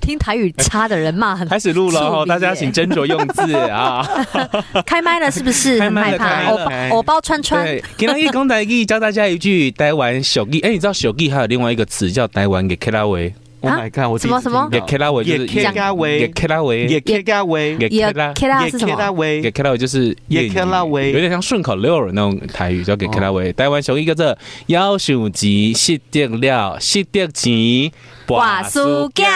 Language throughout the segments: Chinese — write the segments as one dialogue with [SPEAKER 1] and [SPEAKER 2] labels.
[SPEAKER 1] 听台语差的人骂 很
[SPEAKER 2] 开始录了哦，
[SPEAKER 1] 触鼻
[SPEAKER 2] 大家
[SPEAKER 1] 耶
[SPEAKER 2] 请斟酌用字啊。
[SPEAKER 1] 开麦了，是不是？
[SPEAKER 2] 开
[SPEAKER 1] 很
[SPEAKER 2] 麦
[SPEAKER 1] 害
[SPEAKER 2] 了开
[SPEAKER 1] 怕，
[SPEAKER 2] 麦了哎
[SPEAKER 1] 偶包偶包穿穿，
[SPEAKER 2] 对，今天一讲台语，教大家一句台湾小语。哎、你知道小语还有另外一个词叫台湾给克拉维，
[SPEAKER 3] Oh my god！我第一次
[SPEAKER 1] 啊什么
[SPEAKER 2] 给克
[SPEAKER 3] 听到
[SPEAKER 2] 拉维就是
[SPEAKER 3] 也克拉维
[SPEAKER 2] 也克拉维，
[SPEAKER 3] 也 K 加维，
[SPEAKER 2] 也
[SPEAKER 1] 也
[SPEAKER 2] 克拉。
[SPEAKER 1] K 啦是什
[SPEAKER 3] 也 K 加
[SPEAKER 1] 么？
[SPEAKER 2] 给
[SPEAKER 3] 维，
[SPEAKER 2] 克拉维就是粤语
[SPEAKER 3] 也克拉维
[SPEAKER 2] 有点像顺口溜儿那种台语，叫给
[SPEAKER 3] 哦
[SPEAKER 2] 克拉维。台湾小语叫做要想钱，失得了，失得钱，
[SPEAKER 1] 哇输掉。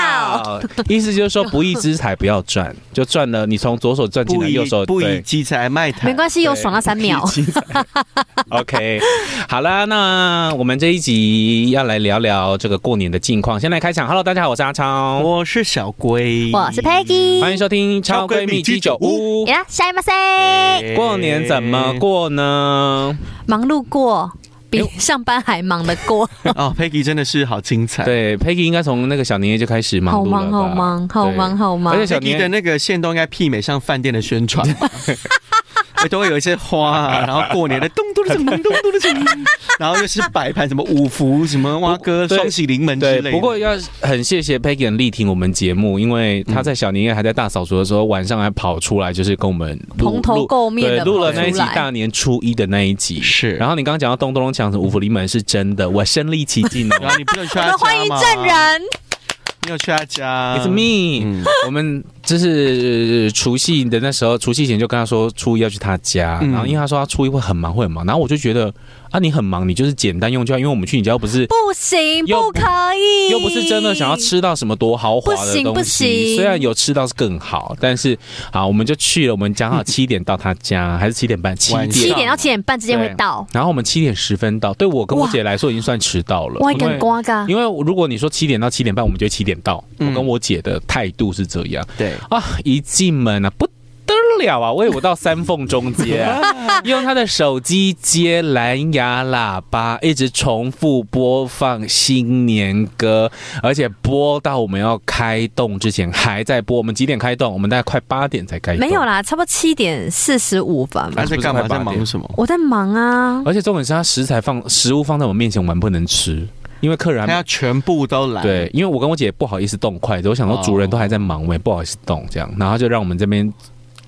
[SPEAKER 2] 意思就是说不义之财不要赚，就赚了你从左手赚进
[SPEAKER 3] 不
[SPEAKER 2] 来，
[SPEAKER 3] 以
[SPEAKER 2] 右手
[SPEAKER 3] 不
[SPEAKER 2] 对
[SPEAKER 3] 以鸡财卖台，
[SPEAKER 1] 没关系，有爽到三秒。
[SPEAKER 2] OK，好 啦，那我们这一集要来聊聊这个过年的近况。先来开场，Hello，大家好，我是阿超，
[SPEAKER 3] 我是小龟，
[SPEAKER 1] 我是
[SPEAKER 2] 欢迎
[SPEAKER 1] Peggy，
[SPEAKER 2] 收听《超闺蜜居酒屋》。
[SPEAKER 1] 呀，下一马塞，
[SPEAKER 2] 过年怎么过呢？
[SPEAKER 1] 忙碌过，
[SPEAKER 2] 哎
[SPEAKER 1] 比上班还忙得过，
[SPEAKER 3] 哦，Peggy 真的是好精彩。
[SPEAKER 2] 对，Peggy 应该从那个小年夜就开始 忙
[SPEAKER 1] 好
[SPEAKER 2] 碌了吧
[SPEAKER 1] 忙好忙好忙好忙
[SPEAKER 2] 而且。小
[SPEAKER 3] ，Peggy 的
[SPEAKER 2] 年
[SPEAKER 3] 那个线都应该媲美像饭店的宣传 吧。哎都会有一些花啊，然后过年的咚咚的咚咚咚的咚，然后又是摆盘什么五福什么蛙哥
[SPEAKER 2] 对
[SPEAKER 3] 双喜临门之
[SPEAKER 2] 对
[SPEAKER 3] 类，的。
[SPEAKER 2] 不过要很谢谢 Peggy 很力挺我们节目，因为她在小年夜还在大扫除的时候，晚上还跑出来，就是跟我们录
[SPEAKER 1] 蓬头
[SPEAKER 2] 录
[SPEAKER 1] 垢面
[SPEAKER 2] 对
[SPEAKER 1] 的
[SPEAKER 2] 录了那一集
[SPEAKER 1] 跑出来
[SPEAKER 2] 大年初一的那一集，
[SPEAKER 3] 是，
[SPEAKER 2] 然后你刚刚讲到东东东强子五福临门是真的，我身临其境
[SPEAKER 3] 然后
[SPEAKER 2] 哦。
[SPEAKER 3] 你不能去
[SPEAKER 1] 我
[SPEAKER 3] 他家
[SPEAKER 1] 们欢迎
[SPEAKER 3] 吗
[SPEAKER 1] 证，人，
[SPEAKER 3] 你有去他家
[SPEAKER 2] It's me，、
[SPEAKER 3] 啊嗯
[SPEAKER 2] 我们就是除夕的那时候，除夕前就跟他说初一要去他家，
[SPEAKER 3] 嗯
[SPEAKER 2] 然后因为他说他初一会很忙，会很忙，然后我就觉得啊，你很忙，你就是简单用就好，因为我们去你家又不是
[SPEAKER 1] 不行，
[SPEAKER 2] 又
[SPEAKER 1] 不可以，
[SPEAKER 2] 又不是真的想要。吃到什么多豪华的
[SPEAKER 1] 不行
[SPEAKER 2] 东
[SPEAKER 1] 不
[SPEAKER 2] 西，
[SPEAKER 1] 行
[SPEAKER 2] 虽然有吃到是更好，但是好，我们就去了，我们讲好七点到他家，还是七点半？七
[SPEAKER 3] 晚
[SPEAKER 1] 七
[SPEAKER 2] 点
[SPEAKER 3] 上。
[SPEAKER 1] 点到七点半之间会到，
[SPEAKER 2] 然后我们七点十分到，对我跟我姐来说已经算迟到了。
[SPEAKER 1] 我还
[SPEAKER 2] 因为
[SPEAKER 1] 敢刮噶。
[SPEAKER 2] 因为如果你说七点到七点半，我们就七点到。
[SPEAKER 3] 嗯
[SPEAKER 2] 我跟我姐的态度是这样
[SPEAKER 3] 对，
[SPEAKER 2] 啊，一进门啊，不得了啊，我以为我到三凤中街、啊，用她的手机接蓝牙喇叭，一直重复播放新年歌，而且播到我们要开动之前还在播。我们几点开动？我们大概快八点才开动。
[SPEAKER 1] 没有。啦，差不多七点四十五分吧。
[SPEAKER 3] 他在干嘛？
[SPEAKER 2] 不是快
[SPEAKER 3] 在
[SPEAKER 2] 八点
[SPEAKER 3] 忙什么？
[SPEAKER 1] 我在忙啊，
[SPEAKER 2] 而且重点是，他食材放食物放在我们面前，我们不能吃，因为客人还
[SPEAKER 3] 他
[SPEAKER 2] 没
[SPEAKER 3] 要全部都来。
[SPEAKER 2] 对，，因为我跟我姐不好意思动筷子，我想说主人都还在忙，我也不好意思动这样，然后就让我们这边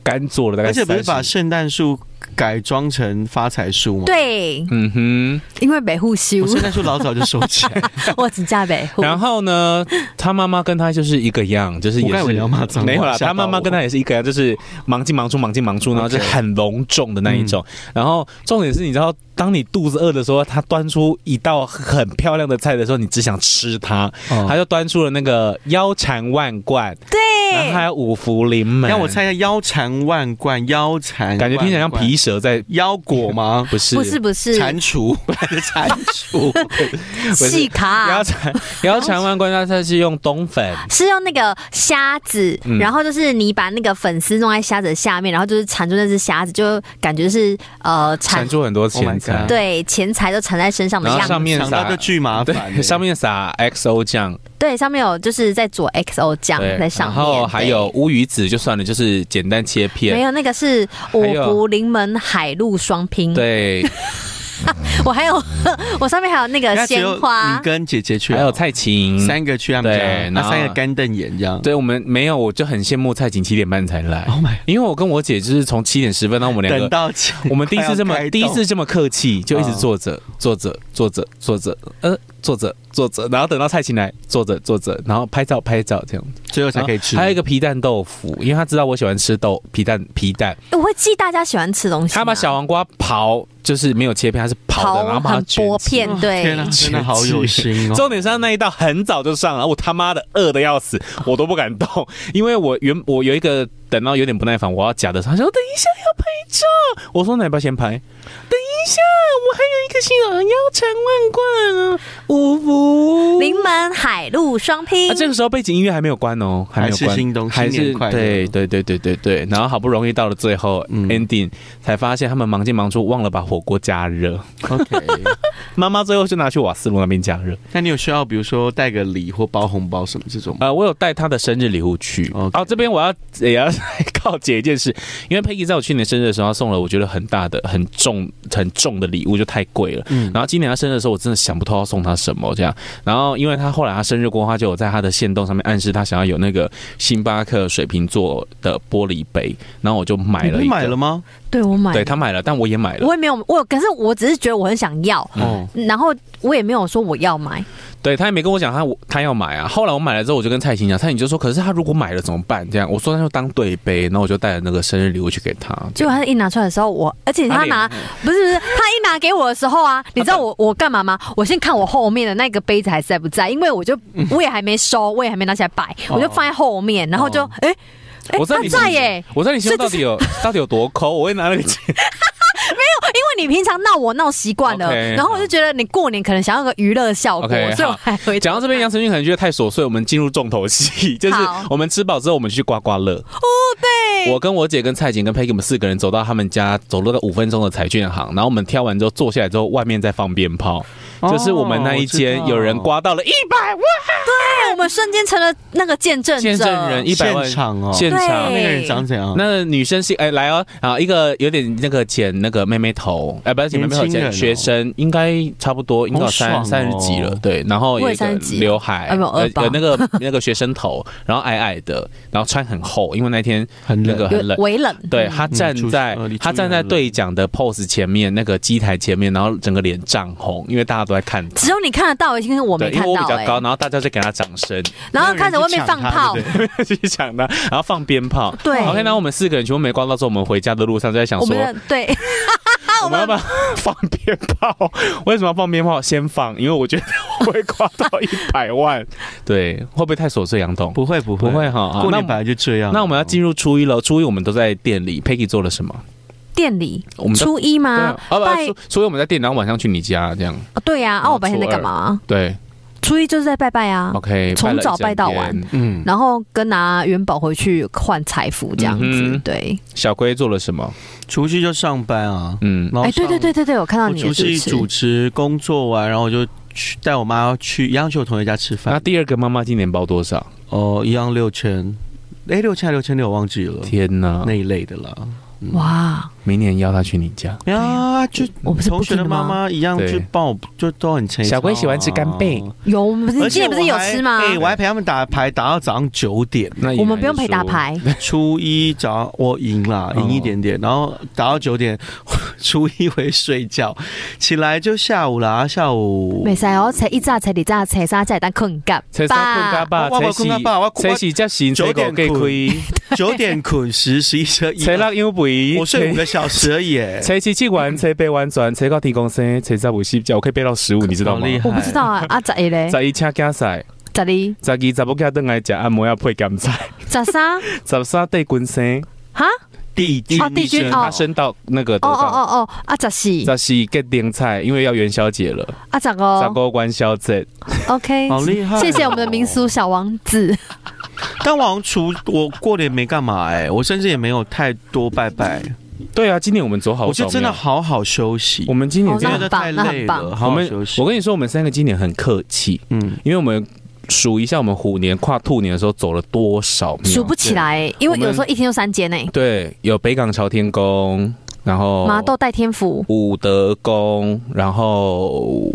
[SPEAKER 2] 干坐了大概
[SPEAKER 3] 而且不是把
[SPEAKER 2] 30
[SPEAKER 3] 圣诞树改装成发财树吗？
[SPEAKER 1] 对，
[SPEAKER 2] 嗯
[SPEAKER 1] 因为北护修
[SPEAKER 3] 我，圣诞树老早就收起来。
[SPEAKER 1] 我只嫁北护
[SPEAKER 2] 哼，。然后呢，他妈妈跟他就是一个样， 就是
[SPEAKER 3] 我
[SPEAKER 2] 也
[SPEAKER 3] 刚以为你要
[SPEAKER 2] 是
[SPEAKER 3] 骂脏话
[SPEAKER 2] 没有啦，
[SPEAKER 3] 吓到
[SPEAKER 2] 他妈妈
[SPEAKER 3] 我
[SPEAKER 2] 跟他也是一个样，就是忙进忙出，忙进忙出，然后就是
[SPEAKER 3] OK 嗯
[SPEAKER 2] 很隆重的那一种。然后重点是，你知道，当你肚子饿的时候，他端出一道很漂亮的菜的时候，你只想吃它，他
[SPEAKER 3] 哦
[SPEAKER 2] 就端出了那个腰缠万贯，然后还
[SPEAKER 1] 对，
[SPEAKER 2] 有五福临门。
[SPEAKER 3] 让我猜一下，腰缠万贯，腰缠
[SPEAKER 2] 感觉听起来像皮蛇在，
[SPEAKER 3] 腰果吗？
[SPEAKER 2] 不是
[SPEAKER 1] 不是不 是，
[SPEAKER 3] 蟾 蜍，蟾蜍，
[SPEAKER 2] 是
[SPEAKER 1] 细卡
[SPEAKER 2] 腰缠腰缠万贯，它它是用冬粉，
[SPEAKER 1] 是用那个虾子，
[SPEAKER 2] 嗯
[SPEAKER 1] 然后就是你把那个粉丝弄在虾子的下面，然后就是缠住那只虾子，就感觉是呃
[SPEAKER 2] 缠
[SPEAKER 1] 缠
[SPEAKER 2] 住很多钱
[SPEAKER 3] Oh my
[SPEAKER 2] 财
[SPEAKER 3] god，
[SPEAKER 1] 对钱财都缠在身上的
[SPEAKER 2] 然后
[SPEAKER 1] 样
[SPEAKER 2] 上
[SPEAKER 1] 子。
[SPEAKER 2] 面
[SPEAKER 3] 想到
[SPEAKER 2] 撒
[SPEAKER 3] 就巨麻烦欸。
[SPEAKER 2] 对， 上面撒 XO 酱，
[SPEAKER 1] 对，上面有就是在佐 XO 酱
[SPEAKER 2] 对，
[SPEAKER 1] 在上
[SPEAKER 2] 然
[SPEAKER 1] 面，
[SPEAKER 2] 后还
[SPEAKER 1] 对
[SPEAKER 2] 有乌鱼子就算了，就是简单切
[SPEAKER 1] 没
[SPEAKER 2] 片，
[SPEAKER 1] 有那个是五
[SPEAKER 2] 还有
[SPEAKER 1] 福临门海陆双拼。
[SPEAKER 2] 对，
[SPEAKER 1] 我还有 我上面还有那个
[SPEAKER 3] 那只
[SPEAKER 1] 呃鲜
[SPEAKER 3] 有
[SPEAKER 1] 花
[SPEAKER 3] 你，跟姐姐去啊，
[SPEAKER 2] 还有蔡琴。
[SPEAKER 3] 三个去他们
[SPEAKER 2] 对
[SPEAKER 3] 家，那
[SPEAKER 2] 然后
[SPEAKER 3] 三个干瞪眼这样。
[SPEAKER 2] 对我们没有，我就很羡慕蔡琴七点半才来，
[SPEAKER 3] ，Oh my，
[SPEAKER 2] 因为我跟我姐就是从七点十分到我们两
[SPEAKER 3] 等
[SPEAKER 2] 个。
[SPEAKER 3] 到
[SPEAKER 2] 我们第一次这
[SPEAKER 3] 快
[SPEAKER 2] 么
[SPEAKER 3] 要开动
[SPEAKER 2] 第一次这么客气，就一直
[SPEAKER 3] 嗯
[SPEAKER 2] 坐着坐着坐着坐着，呃坐着坐着，然后等到蔡琴来坐着坐着，然后拍照拍照这样。
[SPEAKER 3] 最后才可以吃。
[SPEAKER 2] 啊还有一个皮蛋豆腐，因为他知道我喜欢吃豆皮蛋皮蛋，
[SPEAKER 1] 我会记大家喜欢吃东西吗。啊
[SPEAKER 2] 他把小黄瓜刨，就是没有切片，他是刨的，然后
[SPEAKER 1] 刨
[SPEAKER 2] 把它
[SPEAKER 1] 很
[SPEAKER 2] 卷
[SPEAKER 1] 薄
[SPEAKER 2] 起来。哦
[SPEAKER 1] 片， 对
[SPEAKER 3] 天哪，，真的好有心 哦。
[SPEAKER 2] 重点是他那一道很早就上了，我他妈的饿的 要死，我都不敢动，因为我原我有一个等到有点不耐烦，我要夹的时候，他说等一下要拍照，我说那你要不要先拍？等一下，我还有一个新人腰缠万贯啊，五福
[SPEAKER 1] 临门海陆双拼
[SPEAKER 2] 那、啊、。这个时候背景音乐还没有关哦，没有
[SPEAKER 3] 还
[SPEAKER 2] 关，
[SPEAKER 3] 是新东
[SPEAKER 2] 还
[SPEAKER 3] 新
[SPEAKER 2] 是
[SPEAKER 3] 年快乐
[SPEAKER 2] 对对对对对对。然后好不容易到了最后、
[SPEAKER 3] 嗯
[SPEAKER 2] ending，才发现他们忙进忙出，忘了把火锅加热。
[SPEAKER 3] OK，
[SPEAKER 2] 妈妈最后就拿去瓦斯炉那边加热。
[SPEAKER 3] 那你有需要比如说带个礼或包红包什么这种吗？
[SPEAKER 2] 呃，我有带她的生日礼物去。哦
[SPEAKER 3] OK
[SPEAKER 2] 这边我要也要告解一件事，因为佩奇在我去年生日的时候，她送了我觉得很大的、很重、很重的礼物，就太贵了。
[SPEAKER 3] 嗯
[SPEAKER 2] 然后今年他生日的时候，我真的想不透要送他什么这样。然后因为他后来他生日过后，他就有在他的线动上面暗示他想要有那个星巴克水瓶座的玻璃杯，然后我就买
[SPEAKER 3] 你
[SPEAKER 2] 了
[SPEAKER 3] 不
[SPEAKER 2] 一
[SPEAKER 3] 是
[SPEAKER 2] 个。
[SPEAKER 3] 买了吗？
[SPEAKER 1] 对我买，
[SPEAKER 2] 对他买了，但我也买了
[SPEAKER 1] 我。也没有，我有，可是我只是觉得我很想要，
[SPEAKER 3] 哦，
[SPEAKER 1] 然后我也没有说我要买，
[SPEAKER 2] 对他也没跟我讲他我他要买啊。后来我买了之后，我就跟蔡琴讲，蔡琴就说：“可是他如果买了怎么办？”这样我说那就当对杯，然后我就带了那个生日礼物去给他。
[SPEAKER 1] 结果他一拿出来的时候，我，而且他拿
[SPEAKER 2] 他
[SPEAKER 1] 不是不是，他一拿给我的时候啊，你知道我我干嘛吗？我先看我后面的那个杯子还在不在，因为我就
[SPEAKER 2] 嗯
[SPEAKER 1] 我也还没收，我也还没拿起来摆，
[SPEAKER 3] 哦
[SPEAKER 1] 我就放在后面，然后就
[SPEAKER 3] 哦
[SPEAKER 1] 哎哎
[SPEAKER 2] 我知道
[SPEAKER 1] 他
[SPEAKER 2] 你
[SPEAKER 1] 在耶、
[SPEAKER 2] 我知道你心
[SPEAKER 1] 所以
[SPEAKER 2] 中到
[SPEAKER 1] 这
[SPEAKER 2] 底有到底有多抠，我会拿那 个钱。
[SPEAKER 1] 因为你平常闹我闹习惯了
[SPEAKER 2] OK，
[SPEAKER 1] 然后我就觉得你过年可能想要个娱乐效果
[SPEAKER 2] OK，
[SPEAKER 1] 所以我
[SPEAKER 2] 好
[SPEAKER 1] 还回
[SPEAKER 2] 讲到这边，杨丞琳可能觉得太琐碎，我们进入重头戏，就是
[SPEAKER 1] 好
[SPEAKER 2] 我们吃饱之后，我们去刮刮乐。
[SPEAKER 1] 哦对
[SPEAKER 2] 我跟我姐、跟蔡琴、跟 Peggy，我们四个人走到他们家，走路了五分钟的彩券行，然后我们挑完之后坐下来之后，外面在放鞭炮，
[SPEAKER 3] 哦
[SPEAKER 2] 就是我们那一间有人刮到了一百万，
[SPEAKER 1] 对我们瞬间成了那个见证者，
[SPEAKER 2] 见证人一百万
[SPEAKER 3] 现场哦
[SPEAKER 2] 现场
[SPEAKER 1] 对
[SPEAKER 3] 那个人长怎样？
[SPEAKER 2] 那个女生是哎、来哦，啊一个有点那个剪那个妹妹头，哎、不是剪妹妹头
[SPEAKER 3] 年轻人
[SPEAKER 2] 剪学
[SPEAKER 3] 哦
[SPEAKER 2] 生，应该差不多，应该有
[SPEAKER 3] 好
[SPEAKER 2] 三
[SPEAKER 3] 爽哦
[SPEAKER 2] 三十几了，对，然后有
[SPEAKER 1] 我
[SPEAKER 2] 一
[SPEAKER 1] 也
[SPEAKER 2] 个
[SPEAKER 1] 30几
[SPEAKER 2] 刘海，
[SPEAKER 1] 啊没有
[SPEAKER 2] 呃
[SPEAKER 1] 28
[SPEAKER 2] 有那个那个学生头，然后矮矮的，然后穿很厚，因为那天
[SPEAKER 3] 很
[SPEAKER 2] 那
[SPEAKER 3] 冷
[SPEAKER 2] 个
[SPEAKER 1] 有
[SPEAKER 2] 很冷。
[SPEAKER 1] 微冷，
[SPEAKER 2] 对他站
[SPEAKER 3] 嗯出
[SPEAKER 2] 在
[SPEAKER 3] 呃离
[SPEAKER 2] 他
[SPEAKER 3] 出
[SPEAKER 2] 站
[SPEAKER 3] 远
[SPEAKER 2] 在
[SPEAKER 3] 了
[SPEAKER 2] 兑奖的 POS 前面那个机台前面，然后整个脸涨红，因为大家都在看他
[SPEAKER 1] 只。有你看得到，已经是我
[SPEAKER 2] 对，
[SPEAKER 1] 没
[SPEAKER 2] 因
[SPEAKER 1] 看
[SPEAKER 2] 为我比
[SPEAKER 1] 到
[SPEAKER 2] 较
[SPEAKER 1] 哎、
[SPEAKER 2] 高，然后大家就给他掌声，
[SPEAKER 1] 然后开始外面放炮
[SPEAKER 3] 没有人去抢他，对不对
[SPEAKER 2] 去抢他，然后放鞭炮。
[SPEAKER 1] 对
[SPEAKER 2] OK，那我们四个人全部没刮到之后，我们回家的路上就在想
[SPEAKER 1] 我
[SPEAKER 2] 说
[SPEAKER 1] 们，啊的对，
[SPEAKER 2] 我们要不要 放鞭炮？为什么要放鞭炮？先放，因为我觉得我 会刮到一百万。对，会不会太琐碎？杨董
[SPEAKER 3] 不会不
[SPEAKER 2] 不会哈。啊
[SPEAKER 3] 过
[SPEAKER 2] 那
[SPEAKER 3] 年本来就这样。
[SPEAKER 2] 那我们要进入初一了。初一我们都在店里，Peggy 做了什么？
[SPEAKER 1] 店里
[SPEAKER 2] 我们在
[SPEAKER 1] 初一
[SPEAKER 2] 对
[SPEAKER 1] 吗
[SPEAKER 2] 啊？啊，
[SPEAKER 1] 拜
[SPEAKER 2] 不，初初一我们在店里，然后晚上去你家这样。
[SPEAKER 1] 哦对呀，
[SPEAKER 2] 然
[SPEAKER 1] 啊，
[SPEAKER 2] 后
[SPEAKER 1] 我白天在干嘛？
[SPEAKER 2] 对
[SPEAKER 1] 初一就是在拜拜啊，
[SPEAKER 2] ，OK，
[SPEAKER 1] 从
[SPEAKER 2] 了一
[SPEAKER 1] 早
[SPEAKER 2] 整
[SPEAKER 1] 拜到
[SPEAKER 2] 天
[SPEAKER 1] 晚。
[SPEAKER 3] 嗯，
[SPEAKER 1] 然后跟拿元宝回去换财富这样
[SPEAKER 2] 嗯
[SPEAKER 1] 子
[SPEAKER 2] 哼，
[SPEAKER 1] 对，
[SPEAKER 2] 小龟做了什么？
[SPEAKER 3] 除夕就上班啊，
[SPEAKER 2] 嗯，
[SPEAKER 3] 然后
[SPEAKER 1] 哎，对对对对对，我看到
[SPEAKER 3] 上，我
[SPEAKER 1] 你
[SPEAKER 3] 除
[SPEAKER 1] 的主
[SPEAKER 3] 夕
[SPEAKER 1] 持
[SPEAKER 3] 主持工作完，然后我就去带我妈去一样去我同学家吃
[SPEAKER 2] 那
[SPEAKER 3] 饭，
[SPEAKER 2] 第二个妈妈今年包多少？
[SPEAKER 3] 哦，一样六千，哎，六千还六千六，我忘记了
[SPEAKER 2] 天哪
[SPEAKER 3] 嗯那！一类的啦。
[SPEAKER 1] 哇，
[SPEAKER 2] 明年邀她去你家。
[SPEAKER 3] 呀，就
[SPEAKER 1] 我不是
[SPEAKER 3] 同学
[SPEAKER 1] booking
[SPEAKER 3] 的
[SPEAKER 1] 的吗
[SPEAKER 3] 妈妈一样
[SPEAKER 2] 对
[SPEAKER 3] 就帮我，就都很成。
[SPEAKER 2] 小龟喜欢吃干贝
[SPEAKER 1] 有我们不是
[SPEAKER 3] 而
[SPEAKER 1] 今
[SPEAKER 3] 且
[SPEAKER 1] 年不是有吃吗
[SPEAKER 3] 我？还哎，我还陪他们打牌，打到早上九点。
[SPEAKER 2] 那也
[SPEAKER 1] 我们不用
[SPEAKER 2] 难
[SPEAKER 1] 陪打
[SPEAKER 2] 说。
[SPEAKER 1] 牌，
[SPEAKER 3] 初一早上我赢啦，
[SPEAKER 2] 哦
[SPEAKER 3] 赢一点点，然后打到九点， 初一回睡觉，起来就下午啦，下午
[SPEAKER 1] 没。使哦，才一炸，才二炸，才三炸，但困觉
[SPEAKER 2] 才三困加吧，
[SPEAKER 3] 我
[SPEAKER 2] 才
[SPEAKER 3] 我困到饱我
[SPEAKER 2] 是才是才行，才
[SPEAKER 3] 九
[SPEAKER 2] 够
[SPEAKER 3] 点
[SPEAKER 2] 给亏，
[SPEAKER 3] 九点困，十十一十二一，
[SPEAKER 2] 才六优肥，
[SPEAKER 3] 我睡五个小时而已，
[SPEAKER 2] 才七七 完，才八完转，才到天公生，才在五十觉，我可以背到十五，你知道吗
[SPEAKER 3] 好？厉害
[SPEAKER 1] 我不知道啊，啊十一嘞，
[SPEAKER 2] 十一请加赛，
[SPEAKER 1] 十二，
[SPEAKER 2] 十二十不加顿来食按摩要配 甘菜，
[SPEAKER 1] 十三，
[SPEAKER 2] 十三对军生，
[SPEAKER 1] 哈，
[SPEAKER 3] 帝君
[SPEAKER 1] 哦帝君
[SPEAKER 2] 他升到那个
[SPEAKER 1] 哦
[SPEAKER 2] 多
[SPEAKER 1] 哦
[SPEAKER 2] 少？
[SPEAKER 1] 哦哦，啊十四，
[SPEAKER 2] 十四给点菜，因为要元宵节了，
[SPEAKER 1] 啊十
[SPEAKER 2] 十
[SPEAKER 1] 五
[SPEAKER 2] 五元宵节，
[SPEAKER 1] ，OK，
[SPEAKER 3] 好厉害哦
[SPEAKER 1] 谢谢我们的民俗小王子，
[SPEAKER 3] 但我好像除我过年没干嘛哎、我甚至也没有太多拜拜，
[SPEAKER 2] 对啊，今年我们走好
[SPEAKER 3] 我就
[SPEAKER 2] 少
[SPEAKER 3] 真的
[SPEAKER 2] 庙，
[SPEAKER 3] 好好休息
[SPEAKER 2] 我。们今年
[SPEAKER 1] 哦
[SPEAKER 2] 真
[SPEAKER 1] 那
[SPEAKER 3] 觉
[SPEAKER 2] 的
[SPEAKER 1] 很棒
[SPEAKER 3] 得太
[SPEAKER 1] 那很
[SPEAKER 3] 累
[SPEAKER 1] 棒
[SPEAKER 3] 了，
[SPEAKER 2] 我
[SPEAKER 3] 好好
[SPEAKER 2] 们
[SPEAKER 3] 休息。
[SPEAKER 2] 我跟你说，我们三个今年很客气，
[SPEAKER 3] 嗯，
[SPEAKER 2] 因为我们数一下我们虎年跨兔年的时候走了多少庙，
[SPEAKER 1] 数不起来，因为
[SPEAKER 2] 我们
[SPEAKER 1] 有时候一天就三间呢，
[SPEAKER 2] 对，有北港朝天宫，然后
[SPEAKER 1] 麻豆戴天府、
[SPEAKER 2] 武德宫，然后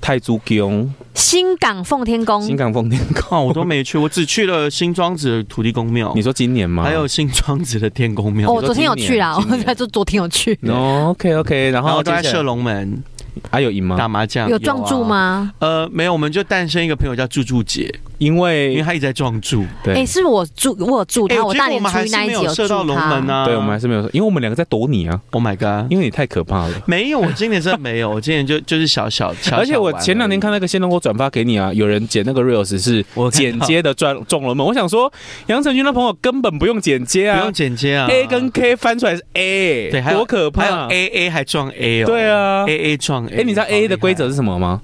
[SPEAKER 2] 太祖宫、
[SPEAKER 1] 新港奉天
[SPEAKER 2] 新
[SPEAKER 1] 宫，
[SPEAKER 2] 港奉天宫。
[SPEAKER 3] 哦，我都没去，我只去了新庄子的土地公庙
[SPEAKER 2] 你，说今年吗？
[SPEAKER 3] 还有新庄子的天公庙
[SPEAKER 1] 哦，。我
[SPEAKER 2] 说
[SPEAKER 1] 昨天有去啦，
[SPEAKER 2] 今年
[SPEAKER 1] 我
[SPEAKER 2] 今年
[SPEAKER 1] 在说昨天有去，
[SPEAKER 2] 哦，OK OK，然
[SPEAKER 3] 然
[SPEAKER 2] 后
[SPEAKER 3] 后都在
[SPEAKER 2] 接下来
[SPEAKER 3] 射龙门
[SPEAKER 2] 还有赢
[SPEAKER 3] 打
[SPEAKER 2] 吗？
[SPEAKER 3] 麻将，
[SPEAKER 1] 有撞柱
[SPEAKER 3] 啊？
[SPEAKER 1] 吗？
[SPEAKER 3] 呃，没有，我们就诞生一个朋友叫柱柱姐，
[SPEAKER 2] 因
[SPEAKER 3] 因为
[SPEAKER 2] 为
[SPEAKER 3] 她一直在撞柱。
[SPEAKER 1] 哎，
[SPEAKER 2] 对
[SPEAKER 1] 是我住，我有住
[SPEAKER 3] 哎，
[SPEAKER 1] 他，我
[SPEAKER 3] 结
[SPEAKER 1] 大
[SPEAKER 3] 果我
[SPEAKER 1] 年
[SPEAKER 3] 们
[SPEAKER 1] 初
[SPEAKER 3] 还
[SPEAKER 1] 一
[SPEAKER 3] 是
[SPEAKER 1] 那一
[SPEAKER 3] 没
[SPEAKER 1] 集
[SPEAKER 3] 有射到
[SPEAKER 1] 住
[SPEAKER 3] 龙门
[SPEAKER 1] 他，
[SPEAKER 3] 啊！
[SPEAKER 2] 对，我们还是没有，因为我们两个在躲你啊，
[SPEAKER 3] ，Oh my god！
[SPEAKER 2] 因为你太可怕了。
[SPEAKER 3] 没有，我今年真的没有，我今年就就是小小小小
[SPEAKER 2] 而且我
[SPEAKER 3] 玩
[SPEAKER 2] 前两天
[SPEAKER 3] 已
[SPEAKER 2] 看那个线动，我转发给你啊，有 人剪那个 reels 是
[SPEAKER 3] 我看
[SPEAKER 2] 剪
[SPEAKER 3] 到
[SPEAKER 2] 接的撞中龙门，我想说杨丞琳那朋友根本不用剪接
[SPEAKER 3] 不
[SPEAKER 2] 啊
[SPEAKER 3] 用剪接啊啊
[SPEAKER 2] A 跟 K 翻出来是 A，
[SPEAKER 3] 对还有
[SPEAKER 2] 多可
[SPEAKER 3] 还
[SPEAKER 2] 怕
[SPEAKER 3] 有 A A 还撞 A 哦，
[SPEAKER 2] 对啊
[SPEAKER 3] ，A A 撞 A，
[SPEAKER 2] 哎、你知道
[SPEAKER 3] 好厉害啊
[SPEAKER 2] A A 的规则是什么吗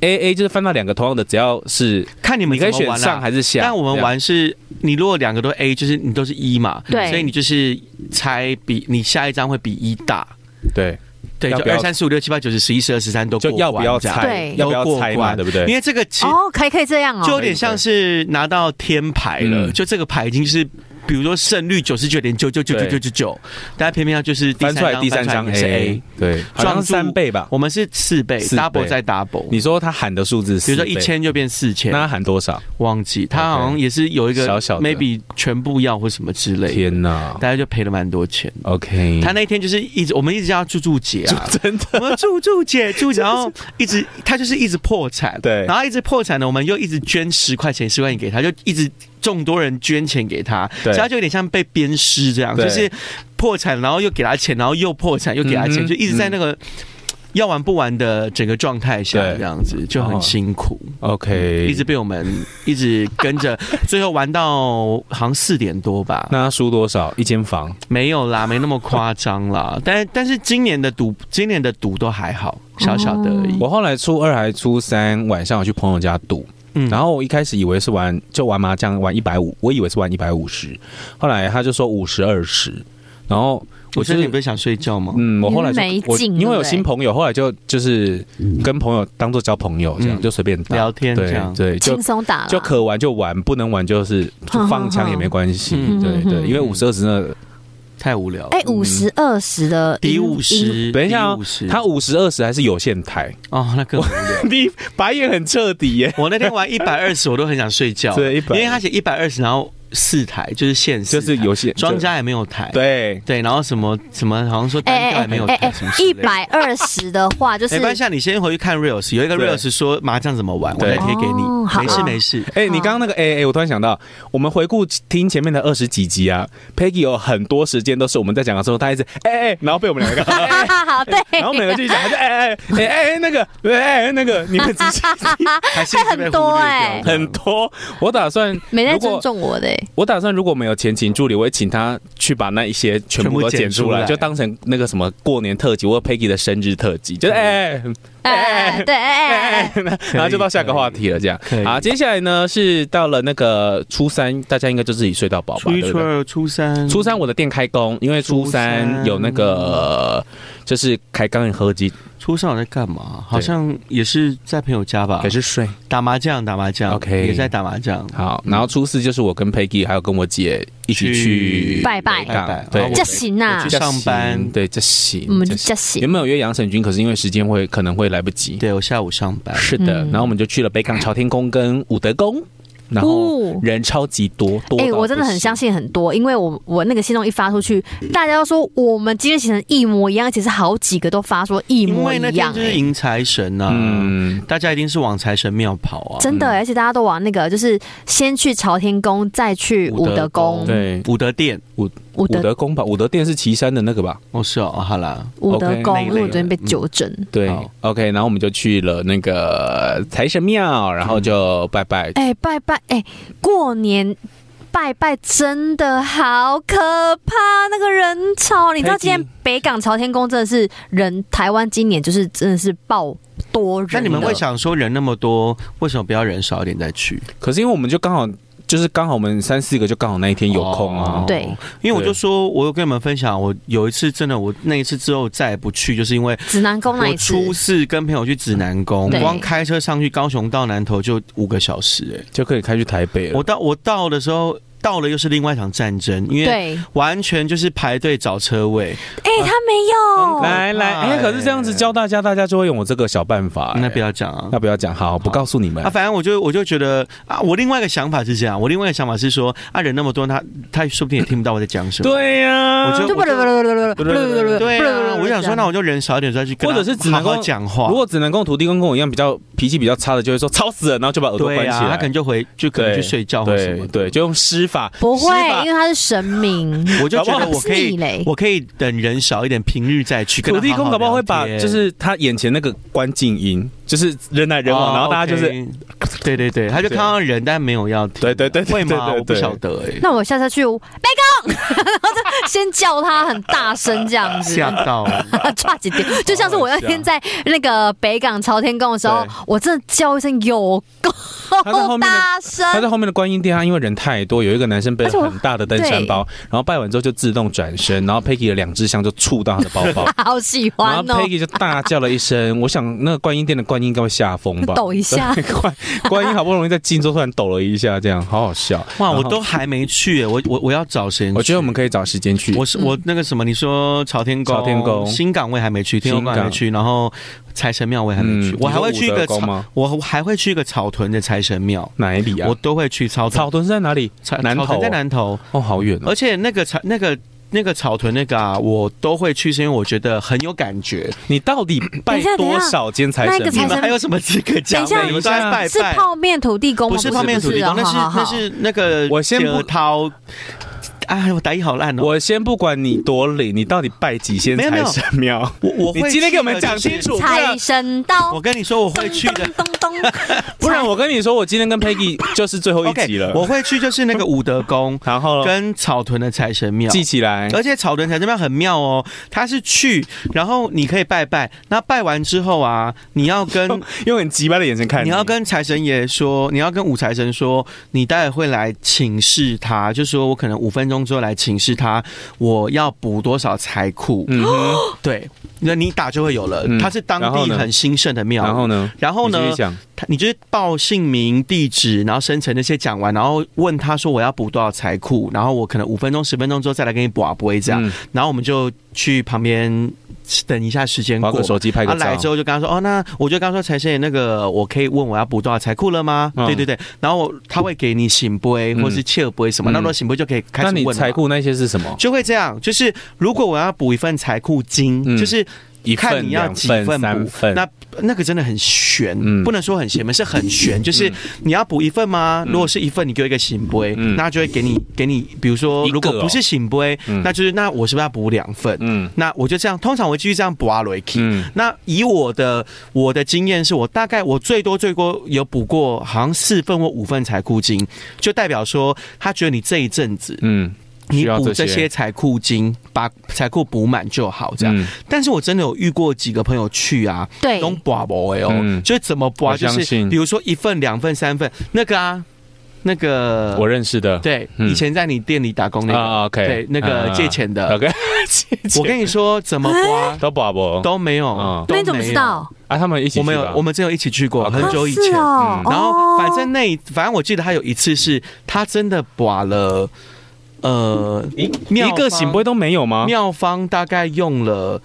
[SPEAKER 2] ？A A 就是翻到两个同样的，只要是
[SPEAKER 3] 看你
[SPEAKER 2] 你
[SPEAKER 3] 们
[SPEAKER 2] 可以
[SPEAKER 3] 怎么
[SPEAKER 2] 选
[SPEAKER 3] 玩啦
[SPEAKER 2] 上还是下。
[SPEAKER 3] 但我们玩是，你如果两个都 A，就是你都是一嘛，
[SPEAKER 1] 对
[SPEAKER 3] 所以你就是猜比你下一张会比一大，
[SPEAKER 2] 这样
[SPEAKER 3] 对，
[SPEAKER 2] 要
[SPEAKER 3] 就
[SPEAKER 2] 不要
[SPEAKER 3] 二三四五六七八九十十一十二十三都
[SPEAKER 2] 对，就
[SPEAKER 3] 过
[SPEAKER 2] 要不要
[SPEAKER 3] 关这样
[SPEAKER 2] 猜
[SPEAKER 1] 对，
[SPEAKER 2] 要不要猜
[SPEAKER 3] 都过
[SPEAKER 2] 嘛，
[SPEAKER 3] 关
[SPEAKER 2] 对不对？
[SPEAKER 3] 因为这个其实
[SPEAKER 1] 哦，可以可以这样哦，
[SPEAKER 3] 就有点像是拿到天牌了，
[SPEAKER 2] 嗯
[SPEAKER 3] 就这个牌已经是比如说胜率九十九点九九九九九九九，但它偏偏它就是第
[SPEAKER 2] 翻
[SPEAKER 3] 三
[SPEAKER 2] 出来第三张
[SPEAKER 3] 翻出来哎也是
[SPEAKER 2] A，对，好像
[SPEAKER 3] 撞住
[SPEAKER 2] 三倍吧。
[SPEAKER 3] 我们是四倍
[SPEAKER 2] 四倍
[SPEAKER 3] ，double 再 double。
[SPEAKER 2] 你说他喊的数字，
[SPEAKER 3] 比如说一，千就变四千
[SPEAKER 2] 那，他喊多少？
[SPEAKER 3] 忘记他好像也是有一个
[SPEAKER 2] 小小的
[SPEAKER 3] maybe 全部要或什么之类的，
[SPEAKER 2] 天嗯哪
[SPEAKER 3] 大家就赔了蛮多钱。
[SPEAKER 2] ！OK，
[SPEAKER 3] 他那天就是一直我们一直叫他柱柱姐啊，
[SPEAKER 2] 真的
[SPEAKER 3] 我们柱柱姐柱，然后一直他就是一直破产，
[SPEAKER 2] 对
[SPEAKER 3] 然后一直破产呢，我们又一直捐十块钱十块钱给他，就一直众多人捐钱给他，
[SPEAKER 2] 对
[SPEAKER 3] 所以他就有点像被鞭尸这样，
[SPEAKER 2] 对
[SPEAKER 3] 就是破产，然后又给他钱，然后又破产又给他钱，
[SPEAKER 2] 嗯哼
[SPEAKER 3] 就一直在那个。要完不完的整个状态下，
[SPEAKER 2] 对哦
[SPEAKER 3] 这样子就很辛苦。
[SPEAKER 2] OK，
[SPEAKER 3] 一直被我们 一直跟着，最后玩到好像四点多吧，
[SPEAKER 2] 那他输多少？一间房
[SPEAKER 3] 没有啦，没那么夸张 啦。但但是今年的赌，今年的赌都还好，小小的而已。
[SPEAKER 2] 我后来初二还初三晚上我去朋友家赌，
[SPEAKER 3] 嗯
[SPEAKER 2] 然后我一开始以为是玩就玩麻将玩一百五，我以为是玩一百五十，后来他就说五十二十，然后我
[SPEAKER 3] 我
[SPEAKER 2] 就
[SPEAKER 3] 真的
[SPEAKER 2] 是
[SPEAKER 3] 不是想睡觉吗？
[SPEAKER 2] 嗯，我后来就
[SPEAKER 1] 你是没
[SPEAKER 2] 我
[SPEAKER 1] 劲
[SPEAKER 2] 因为
[SPEAKER 1] 对
[SPEAKER 2] 有
[SPEAKER 1] 不对
[SPEAKER 2] 新朋友，后来就就是跟朋友当做交朋友这样，
[SPEAKER 3] 嗯
[SPEAKER 2] 就随便打
[SPEAKER 3] 聊天这样
[SPEAKER 2] 对对，就
[SPEAKER 1] 轻松啊打了，
[SPEAKER 2] 就可玩就玩，不能玩就是就放枪也没关系，
[SPEAKER 3] 嗯
[SPEAKER 2] 对对，因为五十二十那个
[SPEAKER 3] 太无聊了。
[SPEAKER 1] 哎，五十二十的
[SPEAKER 3] 比
[SPEAKER 1] 赢
[SPEAKER 3] 五，
[SPEAKER 1] 赢
[SPEAKER 3] 十，
[SPEAKER 2] 等一下
[SPEAKER 3] 比
[SPEAKER 2] 哦
[SPEAKER 3] 五十，，
[SPEAKER 2] 他五十二十还是有线台，
[SPEAKER 3] 哦，那更 无聊。
[SPEAKER 2] 你白眼很彻底耶，
[SPEAKER 3] 我那天玩一百二十，我都很想睡觉。
[SPEAKER 2] 对120
[SPEAKER 3] 因为他写一百二十，然后四台就是限
[SPEAKER 2] 就
[SPEAKER 3] 时台，
[SPEAKER 2] 是有线
[SPEAKER 3] 庄家也没有台。
[SPEAKER 2] 对。
[SPEAKER 3] 对，然后什么什么，好像说
[SPEAKER 1] 哎
[SPEAKER 3] 单调也没有台，什么之类
[SPEAKER 1] 一
[SPEAKER 3] 的
[SPEAKER 1] 百二十的话就是
[SPEAKER 3] 没关系啊，你先回去看 reels，有一个
[SPEAKER 2] 对
[SPEAKER 3] reels 说麻将怎么玩，我再贴给你
[SPEAKER 1] 哦。好
[SPEAKER 3] 没事
[SPEAKER 1] 啊
[SPEAKER 3] 没事，
[SPEAKER 2] 哎、你刚刚那个哎哎、我突然想到，我们回顾听前面的二十几集啊，Peggy 有很多时间都是我们在讲的时候，她一直哎哎、然后被我们两 个哎，哎
[SPEAKER 1] 好对，
[SPEAKER 2] 然后每个继续讲，她就哎哎哎哎哎那个哎哎那 个，你们只是
[SPEAKER 3] 还是一直被
[SPEAKER 1] 哦 很多
[SPEAKER 3] 忽略掉
[SPEAKER 1] 哎
[SPEAKER 2] 很多。我打算
[SPEAKER 1] 没在
[SPEAKER 2] 如
[SPEAKER 1] 尊
[SPEAKER 2] 果
[SPEAKER 1] 重我的欸，
[SPEAKER 2] 我打算如果没有前情助理，我会请他去把那一些全部都剪出
[SPEAKER 3] 全部剪出
[SPEAKER 2] 来，
[SPEAKER 3] 来
[SPEAKER 2] 就当成那个什么过年特辑或 Peggy 的生日特辑，就是哎哎
[SPEAKER 1] 哎哎哎对，哎哎哎
[SPEAKER 2] 哎，
[SPEAKER 1] 哎，
[SPEAKER 2] 然后就到下个话题了，这样
[SPEAKER 3] 可以。
[SPEAKER 2] 好，接下来呢是到了那个初三，大家应该就自己睡到饱吧，
[SPEAKER 3] 初一、
[SPEAKER 2] 对
[SPEAKER 3] 初
[SPEAKER 2] 不对？
[SPEAKER 3] 二、初三，
[SPEAKER 2] 初三我的店开工，因为初
[SPEAKER 3] 初
[SPEAKER 2] 三
[SPEAKER 3] 三
[SPEAKER 2] 有那个就是开钢与合金，
[SPEAKER 3] 初三我在干嘛？好像也是在朋友家吧，
[SPEAKER 2] 也是睡。
[SPEAKER 3] 打麻将，打麻将
[SPEAKER 2] OK
[SPEAKER 3] 也在打麻将。
[SPEAKER 2] 好，然后初四就是我跟 Peggy 还有跟我姐一起去
[SPEAKER 3] 去
[SPEAKER 1] 拜拜
[SPEAKER 2] 北港
[SPEAKER 3] 拜拜
[SPEAKER 2] 对
[SPEAKER 3] 然后，我
[SPEAKER 1] 这行呐
[SPEAKER 3] 我去，上班
[SPEAKER 2] 这行对，这行，
[SPEAKER 1] 我们
[SPEAKER 2] 这
[SPEAKER 1] 就
[SPEAKER 2] 行
[SPEAKER 1] 这行
[SPEAKER 2] 原。本有约杨丞君，可是因为时间会可能会来不及。
[SPEAKER 3] 对我下午上班，
[SPEAKER 2] 是的，
[SPEAKER 1] 嗯
[SPEAKER 2] 然后我们就去了北港朝天宫跟武德宫，然
[SPEAKER 1] 哦
[SPEAKER 2] 后人超级多，多到
[SPEAKER 1] 哎、我真的
[SPEAKER 2] 不
[SPEAKER 1] 很
[SPEAKER 2] 行
[SPEAKER 1] 相。信很多，因为我我那个心动一发出去，大家都说我们今天行程一模一样，其实好几个都发说一
[SPEAKER 3] 因
[SPEAKER 1] 模
[SPEAKER 3] 为
[SPEAKER 1] 一
[SPEAKER 3] 那
[SPEAKER 1] 样、
[SPEAKER 3] 天就是
[SPEAKER 1] 欸。
[SPEAKER 3] 迎财神呐，
[SPEAKER 2] 嗯，
[SPEAKER 3] 大家一定是往财神庙跑啊。
[SPEAKER 1] 真的、而且大家都往那个，就是先去朝天宫，再去武德宫。
[SPEAKER 2] 对，
[SPEAKER 3] 武德殿，
[SPEAKER 1] 武
[SPEAKER 2] 武
[SPEAKER 1] 德
[SPEAKER 2] 德宫吧，武德殿是岐山的那个吧？
[SPEAKER 3] 哦是哦，哦好啦，
[SPEAKER 1] 武德
[SPEAKER 2] OK，
[SPEAKER 1] 宫，
[SPEAKER 3] 那一
[SPEAKER 1] 因为我
[SPEAKER 3] 类
[SPEAKER 1] 昨天
[SPEAKER 3] 的
[SPEAKER 1] 被
[SPEAKER 3] 嗯
[SPEAKER 1] 纠正。
[SPEAKER 2] 对
[SPEAKER 3] 好
[SPEAKER 2] ，OK，然后我们就去了那个财神庙，然后就
[SPEAKER 3] 嗯
[SPEAKER 2] 拜拜。
[SPEAKER 1] 哎、拜拜，哎、过年拜拜真的好可怕，那个人潮，你知道
[SPEAKER 2] Peggy
[SPEAKER 1] 今天北港朝天宫真的是人，台湾今年就是真的是爆多人了。
[SPEAKER 3] 那你们会想说人那么多，为什么不要人少一点再去？
[SPEAKER 2] 可是因为我们就刚好就是刚好我们三四个就刚好那一天有空啊
[SPEAKER 3] 哦。
[SPEAKER 1] 对，
[SPEAKER 3] 因为我
[SPEAKER 2] 对
[SPEAKER 3] 就说，我有跟你们分享，我有一次真的，我那一次之后再也不去，就是因为
[SPEAKER 1] 指南宫那
[SPEAKER 3] 我
[SPEAKER 1] 一次？
[SPEAKER 3] 初四跟朋友去指南宫，
[SPEAKER 1] 对
[SPEAKER 3] 光开车上去高雄到南投就五个小时、
[SPEAKER 2] 就可以开去台北
[SPEAKER 3] 哎，
[SPEAKER 2] 了
[SPEAKER 3] 我。到我到的时候。到了又是另外一场战争，因为
[SPEAKER 1] 对，
[SPEAKER 3] 完全就是排队找车位，
[SPEAKER 1] 哎、他没有。
[SPEAKER 2] 来来，哎，可是这样子教大家，大家就会用我这个小办法。
[SPEAKER 3] 哦那不
[SPEAKER 2] 要
[SPEAKER 3] 要讲啊。
[SPEAKER 2] 那不要讲，好，不告诉你们
[SPEAKER 3] 啊，。反正我就我就觉得啊，我另外一个想法是这样，我另外一个想法是说，啊，人那么多，他他说不定也听不到我在讲什么。
[SPEAKER 2] 对啊呀，
[SPEAKER 3] 我就
[SPEAKER 1] 就不不不不不不不不
[SPEAKER 3] 对啊，
[SPEAKER 1] 不
[SPEAKER 3] 我想说，那我就人少一点再去跟他
[SPEAKER 2] 或者是指南
[SPEAKER 3] 好
[SPEAKER 2] 宫
[SPEAKER 3] 好讲话。
[SPEAKER 2] 如果只能跟我土地公跟我一样比较脾气比较差的，就会说吵死了，然后就把耳朵
[SPEAKER 3] 对
[SPEAKER 2] 关起来。
[SPEAKER 3] 啊，他可能就回就可能
[SPEAKER 2] 对
[SPEAKER 3] 去睡觉或什
[SPEAKER 2] 对
[SPEAKER 3] 么的。
[SPEAKER 2] 对，就用施法，
[SPEAKER 1] 不会
[SPEAKER 2] 施，法
[SPEAKER 1] 因为他是神明。
[SPEAKER 3] 我就觉得我可
[SPEAKER 1] 搞
[SPEAKER 3] 以
[SPEAKER 1] 不好是你嘞，
[SPEAKER 3] 我可以等人少一点，平日再去跟
[SPEAKER 2] 土
[SPEAKER 3] 他
[SPEAKER 2] 地公搞不好会把
[SPEAKER 3] 好好聊天
[SPEAKER 2] 就是他眼前那个关静音，就是人来人往，
[SPEAKER 3] 哦
[SPEAKER 2] 然后大家就是
[SPEAKER 3] OK 对对对，他就看到人，但没有要听。
[SPEAKER 2] 对对对对
[SPEAKER 3] 会吗？
[SPEAKER 2] 对对
[SPEAKER 3] 我不
[SPEAKER 2] 对
[SPEAKER 3] 晓得哎。
[SPEAKER 1] 那我下次去北港，然后先叫他很大声这样子，
[SPEAKER 3] 吓 到了。
[SPEAKER 1] 差几点，就像是我那天在那个北港朝天宫的时候
[SPEAKER 2] 对，
[SPEAKER 1] 我真的叫一声有够
[SPEAKER 2] 他在后面的
[SPEAKER 1] 大
[SPEAKER 2] 他
[SPEAKER 1] 声，
[SPEAKER 2] 在后面的观音殿，他因为人太多，有一个男生背了很大的登山包，然后拜完之后就自动转身，然后 Peggy 的两只香就触到他的包包，
[SPEAKER 1] 好喜
[SPEAKER 2] 然
[SPEAKER 1] 欢
[SPEAKER 2] 后
[SPEAKER 1] 哦。
[SPEAKER 2] Peggy 就大叫了一声。我想那个观音殿的观音应该会吓疯吧，
[SPEAKER 1] 抖一下
[SPEAKER 2] 对 观观音好不容易在静坐，突然抖了一下，这样好好笑。
[SPEAKER 3] 哇，我
[SPEAKER 2] 然后
[SPEAKER 3] 都还没去耶，我我我要找谁去？
[SPEAKER 2] 我觉得我们可以找时间去。
[SPEAKER 3] 我是我那个什么，你说朝天宫、
[SPEAKER 2] 朝天宫
[SPEAKER 3] 新港我也还没去，天后宫还没去，然后财神庙我也还没去，
[SPEAKER 2] 嗯
[SPEAKER 3] 我还会去一
[SPEAKER 2] 你
[SPEAKER 3] 个
[SPEAKER 2] 说武德宫
[SPEAKER 3] 草
[SPEAKER 2] 吗
[SPEAKER 3] 我我还会去一个草屯的财神庙，
[SPEAKER 2] 哪里啊？
[SPEAKER 3] 我都会去草
[SPEAKER 2] 草屯是在哪里？
[SPEAKER 3] 草
[SPEAKER 2] 南
[SPEAKER 3] 草
[SPEAKER 2] 头
[SPEAKER 3] 屯在南嗯头，
[SPEAKER 2] 哦，好远哦。
[SPEAKER 3] 而且那个草那个。那个草屯那个啊，我都会去，是因为我觉得很有感觉。
[SPEAKER 2] 你到底拜
[SPEAKER 1] 等一下
[SPEAKER 2] 多少间财
[SPEAKER 1] 那
[SPEAKER 2] 神
[SPEAKER 1] 个
[SPEAKER 2] 庙
[SPEAKER 1] 财神？
[SPEAKER 3] 你们还有什么资格讲
[SPEAKER 1] 等一下
[SPEAKER 3] 的？你们都在拜
[SPEAKER 1] 是
[SPEAKER 3] 拜，
[SPEAKER 1] 泡面土地公吗？
[SPEAKER 3] 不是泡面土地公，
[SPEAKER 1] 不
[SPEAKER 3] 那是
[SPEAKER 1] 哦好好
[SPEAKER 3] 那
[SPEAKER 1] 好
[SPEAKER 3] 是那个
[SPEAKER 2] 我先不
[SPEAKER 3] 解涛。哎，我打译好烂哦。
[SPEAKER 2] 我先不管你多领，你到底拜几间
[SPEAKER 3] 没有没
[SPEAKER 2] 财
[SPEAKER 3] 有
[SPEAKER 2] 神庙？
[SPEAKER 3] 我我
[SPEAKER 2] 你
[SPEAKER 3] 会
[SPEAKER 2] 今天
[SPEAKER 3] 去
[SPEAKER 2] 给我们
[SPEAKER 3] 的
[SPEAKER 2] 讲
[SPEAKER 3] 就是
[SPEAKER 2] 清楚，不然
[SPEAKER 3] 啊
[SPEAKER 1] 财神到
[SPEAKER 3] 我，跟你说，我会去 的。
[SPEAKER 1] 咚咚咚咚
[SPEAKER 2] 不然我跟你说，我今天跟 Peggy 就是最后一
[SPEAKER 3] OK，
[SPEAKER 2] 集了。
[SPEAKER 3] 我会去嗯就是那个武德宫
[SPEAKER 2] 然后
[SPEAKER 3] 跟草屯的财神庙。
[SPEAKER 2] 记起来，
[SPEAKER 3] 而且草屯财神庙很妙哦，它是去，然后你可以拜拜。那拜完之后啊，你要跟
[SPEAKER 2] 用很急掰的眼神看
[SPEAKER 3] 你要跟财神爷说，你要跟五财神说，你待会会来请示他，就说我可能五分钟之后来请示他，我要补多少财库。
[SPEAKER 2] 嗯哼，
[SPEAKER 3] 对，那你打就会有了
[SPEAKER 2] 嗯。
[SPEAKER 3] 它是当
[SPEAKER 2] 然后
[SPEAKER 3] 地
[SPEAKER 2] 呢
[SPEAKER 3] 很兴盛的庙。
[SPEAKER 2] 然后呢？
[SPEAKER 3] 然后
[SPEAKER 2] 你
[SPEAKER 3] 呢
[SPEAKER 2] 继续？讲
[SPEAKER 3] 他你就是报姓名、地址，然后生辰那些讲完，然后问他说我要补多少财库，然后我可能五分钟、十分钟之后再来给你补啊，不会这样。
[SPEAKER 2] 嗯
[SPEAKER 3] 然后我们就去旁边等一下时间
[SPEAKER 2] 划
[SPEAKER 3] 过
[SPEAKER 2] 个。手机拍
[SPEAKER 3] 他
[SPEAKER 2] 个
[SPEAKER 3] 来之
[SPEAKER 2] 照。
[SPEAKER 3] 后就跟他说：“哦，那我就跟他说，财神爷，那个我可以问我要补多少财库了吗？”
[SPEAKER 2] 嗯
[SPEAKER 3] 对对对，然后我他会给你醒杯
[SPEAKER 2] 嗯
[SPEAKER 3] 或是切杯什么，
[SPEAKER 2] 嗯
[SPEAKER 3] 那如果醒杯就可以开始
[SPEAKER 2] 那
[SPEAKER 3] 问
[SPEAKER 2] 你
[SPEAKER 3] 了嘛
[SPEAKER 2] 财库那些是什么？
[SPEAKER 3] 就会这样，就是如果我要补一份财库金，
[SPEAKER 2] 嗯
[SPEAKER 3] 就是
[SPEAKER 2] 一
[SPEAKER 3] 看
[SPEAKER 2] 份、
[SPEAKER 3] 你要
[SPEAKER 2] 两
[SPEAKER 3] 几
[SPEAKER 2] 份、
[SPEAKER 3] 份
[SPEAKER 2] 三
[SPEAKER 3] 补
[SPEAKER 2] 份。
[SPEAKER 3] 那那个真的很悬，
[SPEAKER 2] 嗯
[SPEAKER 3] 不能说很邪门，是很悬。就是
[SPEAKER 2] 嗯
[SPEAKER 3] 你要补一份吗？
[SPEAKER 2] 嗯
[SPEAKER 3] 如果是一份，你给我一个醒杯，
[SPEAKER 2] 嗯
[SPEAKER 3] 那就会给你给你，比如说
[SPEAKER 2] 一个哦
[SPEAKER 3] 如果不是醒杯，
[SPEAKER 2] 嗯
[SPEAKER 3] 那就是那我是不是要补两份？
[SPEAKER 2] 嗯
[SPEAKER 3] 那我就这样，通常我会继续这样补啊阿瑞克。
[SPEAKER 2] 嗯，
[SPEAKER 3] 那以我的我的经验是，我大概我最多最多有补过好像四份或五份财库金，就代表说他觉得你这一阵子
[SPEAKER 2] 嗯，
[SPEAKER 3] 你
[SPEAKER 2] 需要
[SPEAKER 3] 补
[SPEAKER 2] 这
[SPEAKER 3] 这
[SPEAKER 2] 些
[SPEAKER 3] 些财库金，把财库补满就好这样。
[SPEAKER 2] 嗯
[SPEAKER 3] 但是我真的有遇过几个朋友去啊，
[SPEAKER 1] 对
[SPEAKER 3] 都刮不哎哦，
[SPEAKER 2] 嗯
[SPEAKER 3] 就是怎么刮，
[SPEAKER 2] 我
[SPEAKER 3] 就
[SPEAKER 2] 相
[SPEAKER 3] 是
[SPEAKER 2] 信
[SPEAKER 3] 比如说一份、两份、三份，那个啊，那个
[SPEAKER 2] 我认识的。
[SPEAKER 3] 对、
[SPEAKER 2] 嗯
[SPEAKER 3] 以前在你店里打工那个、
[SPEAKER 2] 啊，OK，
[SPEAKER 3] 对那个借钱的，
[SPEAKER 2] ，OK，借 钱
[SPEAKER 3] 我跟你说怎么刮
[SPEAKER 2] 都不好不
[SPEAKER 3] 都没有，
[SPEAKER 2] 嗯
[SPEAKER 3] 都
[SPEAKER 1] 那你怎么
[SPEAKER 3] 没
[SPEAKER 1] 知
[SPEAKER 3] 有？
[SPEAKER 1] 道？
[SPEAKER 2] 啊，他们一起
[SPEAKER 3] 我们有
[SPEAKER 2] 去吧，
[SPEAKER 3] 我们真有一起去过，
[SPEAKER 2] OK
[SPEAKER 3] 很久以
[SPEAKER 1] 啊是
[SPEAKER 3] 前。
[SPEAKER 1] 哦
[SPEAKER 2] 嗯
[SPEAKER 3] 然后
[SPEAKER 1] 哦
[SPEAKER 3] 反正那一反正我记得他有一次是他真的刮了，呃，妙
[SPEAKER 2] 一个
[SPEAKER 3] 方
[SPEAKER 2] 醒杯都没有吗？
[SPEAKER 3] 妙方大概用了，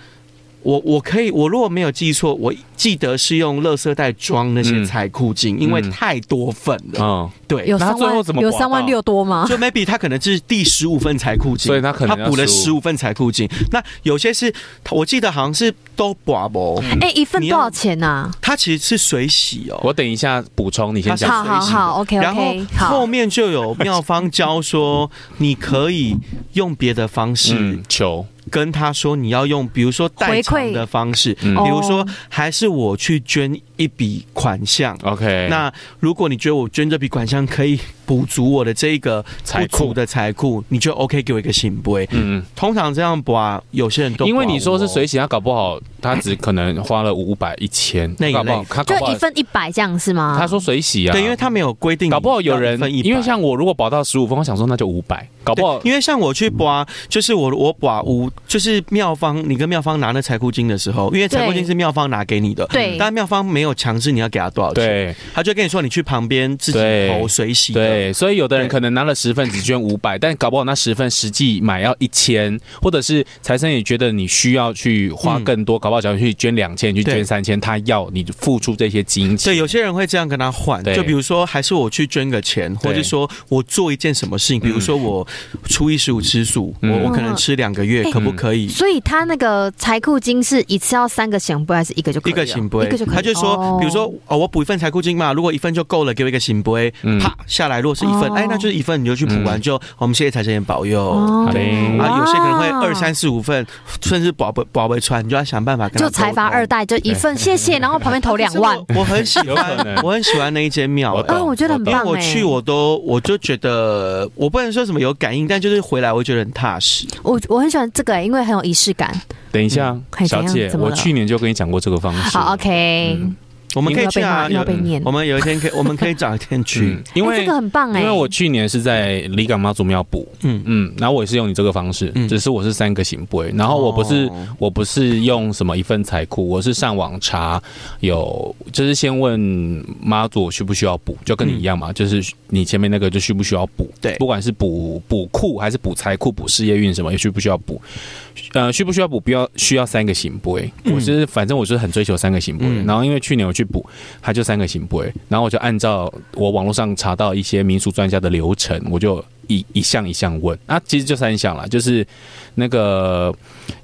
[SPEAKER 3] 我我可以，我如果没有记错，我记得是用垃圾袋装那些财库金，因为太多份了。
[SPEAKER 2] 嗯，
[SPEAKER 3] 对，
[SPEAKER 1] 有
[SPEAKER 2] 那他
[SPEAKER 1] 三
[SPEAKER 2] 最
[SPEAKER 1] 万
[SPEAKER 2] 后怎么
[SPEAKER 1] 有
[SPEAKER 2] 刮到
[SPEAKER 1] 三万六多吗？
[SPEAKER 3] 就 maybe 他可能是第十五份财库金，
[SPEAKER 2] 所以他可能要
[SPEAKER 3] 他补了
[SPEAKER 2] 15
[SPEAKER 3] 十五份财库金。那有些是，我记得好像是都刮不，
[SPEAKER 1] 哎，一份
[SPEAKER 3] 你
[SPEAKER 1] 多
[SPEAKER 3] 要
[SPEAKER 1] 少钱呐？
[SPEAKER 3] 他其实是水洗哦。
[SPEAKER 2] 我等一下补充，你先
[SPEAKER 3] 他是
[SPEAKER 1] 好
[SPEAKER 2] 讲。
[SPEAKER 3] 随
[SPEAKER 1] 好
[SPEAKER 3] 喜
[SPEAKER 1] 好，OK
[SPEAKER 3] 然后
[SPEAKER 1] OK，
[SPEAKER 3] 后
[SPEAKER 1] 好，
[SPEAKER 3] 面就有妙方教说，你可以用别的方式
[SPEAKER 2] 嗯，求
[SPEAKER 3] 跟他说你要用，比如说代
[SPEAKER 1] 回
[SPEAKER 3] 偿
[SPEAKER 1] 馈
[SPEAKER 3] 的方式，
[SPEAKER 2] 嗯
[SPEAKER 3] 比如说
[SPEAKER 1] 哦
[SPEAKER 3] 还是我去捐一笔款项。
[SPEAKER 2] OK，
[SPEAKER 3] 那如果你觉得我捐这笔款项可以补足我的这个
[SPEAKER 2] 财
[SPEAKER 3] 不足
[SPEAKER 2] 库
[SPEAKER 3] 的财库，你就 OK 给我一个醒杯。
[SPEAKER 2] 嗯。
[SPEAKER 3] 通常这样补啊，有些人都
[SPEAKER 2] 因为
[SPEAKER 3] 不啊
[SPEAKER 2] 你说是水
[SPEAKER 3] 我
[SPEAKER 2] 洗，他搞不好他只可能花了五百一千，
[SPEAKER 3] 那一
[SPEAKER 2] 搞不好
[SPEAKER 3] 类
[SPEAKER 2] 他搞不
[SPEAKER 1] 就
[SPEAKER 2] 好
[SPEAKER 1] 一份一百这样是吗？
[SPEAKER 2] 他说水洗啊，
[SPEAKER 3] 对，因为他没有规定你
[SPEAKER 2] 搞不好有
[SPEAKER 3] 要
[SPEAKER 2] 人
[SPEAKER 3] 一分一百
[SPEAKER 2] 因为像我如果保到十五分，我想说那就五百，搞不好
[SPEAKER 3] 对因为像我去刮，就是我我刮五，就是妙方，你跟妙方拿那财库金的时候，因为财库金
[SPEAKER 1] 对
[SPEAKER 3] 是妙方拿给你的，
[SPEAKER 1] 对
[SPEAKER 3] 但妙方没有强制你要给他多少钱，
[SPEAKER 2] 对
[SPEAKER 3] 他就跟你说你去旁边自己
[SPEAKER 2] 对
[SPEAKER 3] 投水洗的。
[SPEAKER 2] 对，所以有的人
[SPEAKER 3] 对
[SPEAKER 2] 可能拿了十份只捐五百，但搞不好那十份实际买要一千，或者是财神也觉得你需要去花更多，搞不好想要去捐两千，去
[SPEAKER 3] 嗯对
[SPEAKER 2] 捐三千，他要你付出这些金
[SPEAKER 3] 对，
[SPEAKER 2] 钱。
[SPEAKER 3] 有些人会这样跟他换，
[SPEAKER 2] 对
[SPEAKER 3] 就比如说，还是我去捐个钱，
[SPEAKER 2] 对
[SPEAKER 3] 或者说我做一件什么事情，比如说我初一十五吃素，
[SPEAKER 2] 嗯
[SPEAKER 3] 我我可能吃两个月
[SPEAKER 1] 嗯，
[SPEAKER 3] 可不可以？
[SPEAKER 1] 所以他那个财库金是一次要三个醒杯还是一个就可以
[SPEAKER 3] 一
[SPEAKER 1] 了？
[SPEAKER 3] 个醒杯
[SPEAKER 1] 一个就可以。哦
[SPEAKER 3] 哦他就说，比如说哦，我补一份财库金嘛，如果一份就够了，给我一个醒杯
[SPEAKER 2] 嗯，
[SPEAKER 3] 啪下来，如果是一份，哎，那就是一份，你就去补完之后，我们谢谢财神爷保佑。
[SPEAKER 1] 哦
[SPEAKER 2] 好的
[SPEAKER 3] 啊，有些可能会
[SPEAKER 1] 哇
[SPEAKER 3] 二三四五份，甚至宝贝宝贝穿，你就要想办法跟他
[SPEAKER 1] 就财阀
[SPEAKER 3] 沟通哦
[SPEAKER 1] 二代就一份，谢谢，然后旁边投两 万，
[SPEAKER 3] 我我很喜
[SPEAKER 2] 有可
[SPEAKER 3] 欢
[SPEAKER 2] 能，
[SPEAKER 3] 我很喜欢那一间庙。
[SPEAKER 2] 我
[SPEAKER 3] 哎
[SPEAKER 2] 懂
[SPEAKER 1] 啊，我觉得很
[SPEAKER 2] 我懂
[SPEAKER 1] 棒
[SPEAKER 3] 因
[SPEAKER 1] 哎
[SPEAKER 3] 为。我去，我都我就觉得，我不能说什么有感应，但就是回来我会觉得很踏实。
[SPEAKER 1] 我我很喜欢这个，欸因为很有仪式感。
[SPEAKER 2] 等一下
[SPEAKER 1] 嗯快，
[SPEAKER 2] 小
[SPEAKER 1] 怎样
[SPEAKER 2] 姐，
[SPEAKER 1] 怎么
[SPEAKER 2] 我
[SPEAKER 1] 了
[SPEAKER 2] 去年就跟你讲过这个方式。
[SPEAKER 1] 好，OK，
[SPEAKER 3] 我们可以去啊，
[SPEAKER 1] 又要
[SPEAKER 3] 有
[SPEAKER 1] 被骂又要被念
[SPEAKER 3] 我们有一天可以，我们可以找一天去
[SPEAKER 2] 嗯。，因
[SPEAKER 1] 哎
[SPEAKER 2] 为
[SPEAKER 1] 这个很棒哎，
[SPEAKER 2] 因为我去年是在离港妈祖庙补，
[SPEAKER 3] 嗯
[SPEAKER 2] 嗯嗯，然后我也是用你这个方式，
[SPEAKER 3] 嗯
[SPEAKER 2] 只是我是三个行不然后我不是、
[SPEAKER 3] 哦
[SPEAKER 2] 我不是用什么一份财库，我是上网查有，就是先问妈祖我需不需要补，就跟你一样嘛，就是你前面那个就需不需要补，
[SPEAKER 3] 嗯对
[SPEAKER 2] 不管是补补库还是补财库、补事业运什么，也需不需要补，呃，需不需要补？不要需要三个行不我是反正我就是很追求三个行不
[SPEAKER 3] 嗯
[SPEAKER 2] 然后因为去年我去补，它就三个行不然后我就按照我网络上查到一些民俗专家的流程，我就一一项一项问。啊，其实就三项啦，就是那个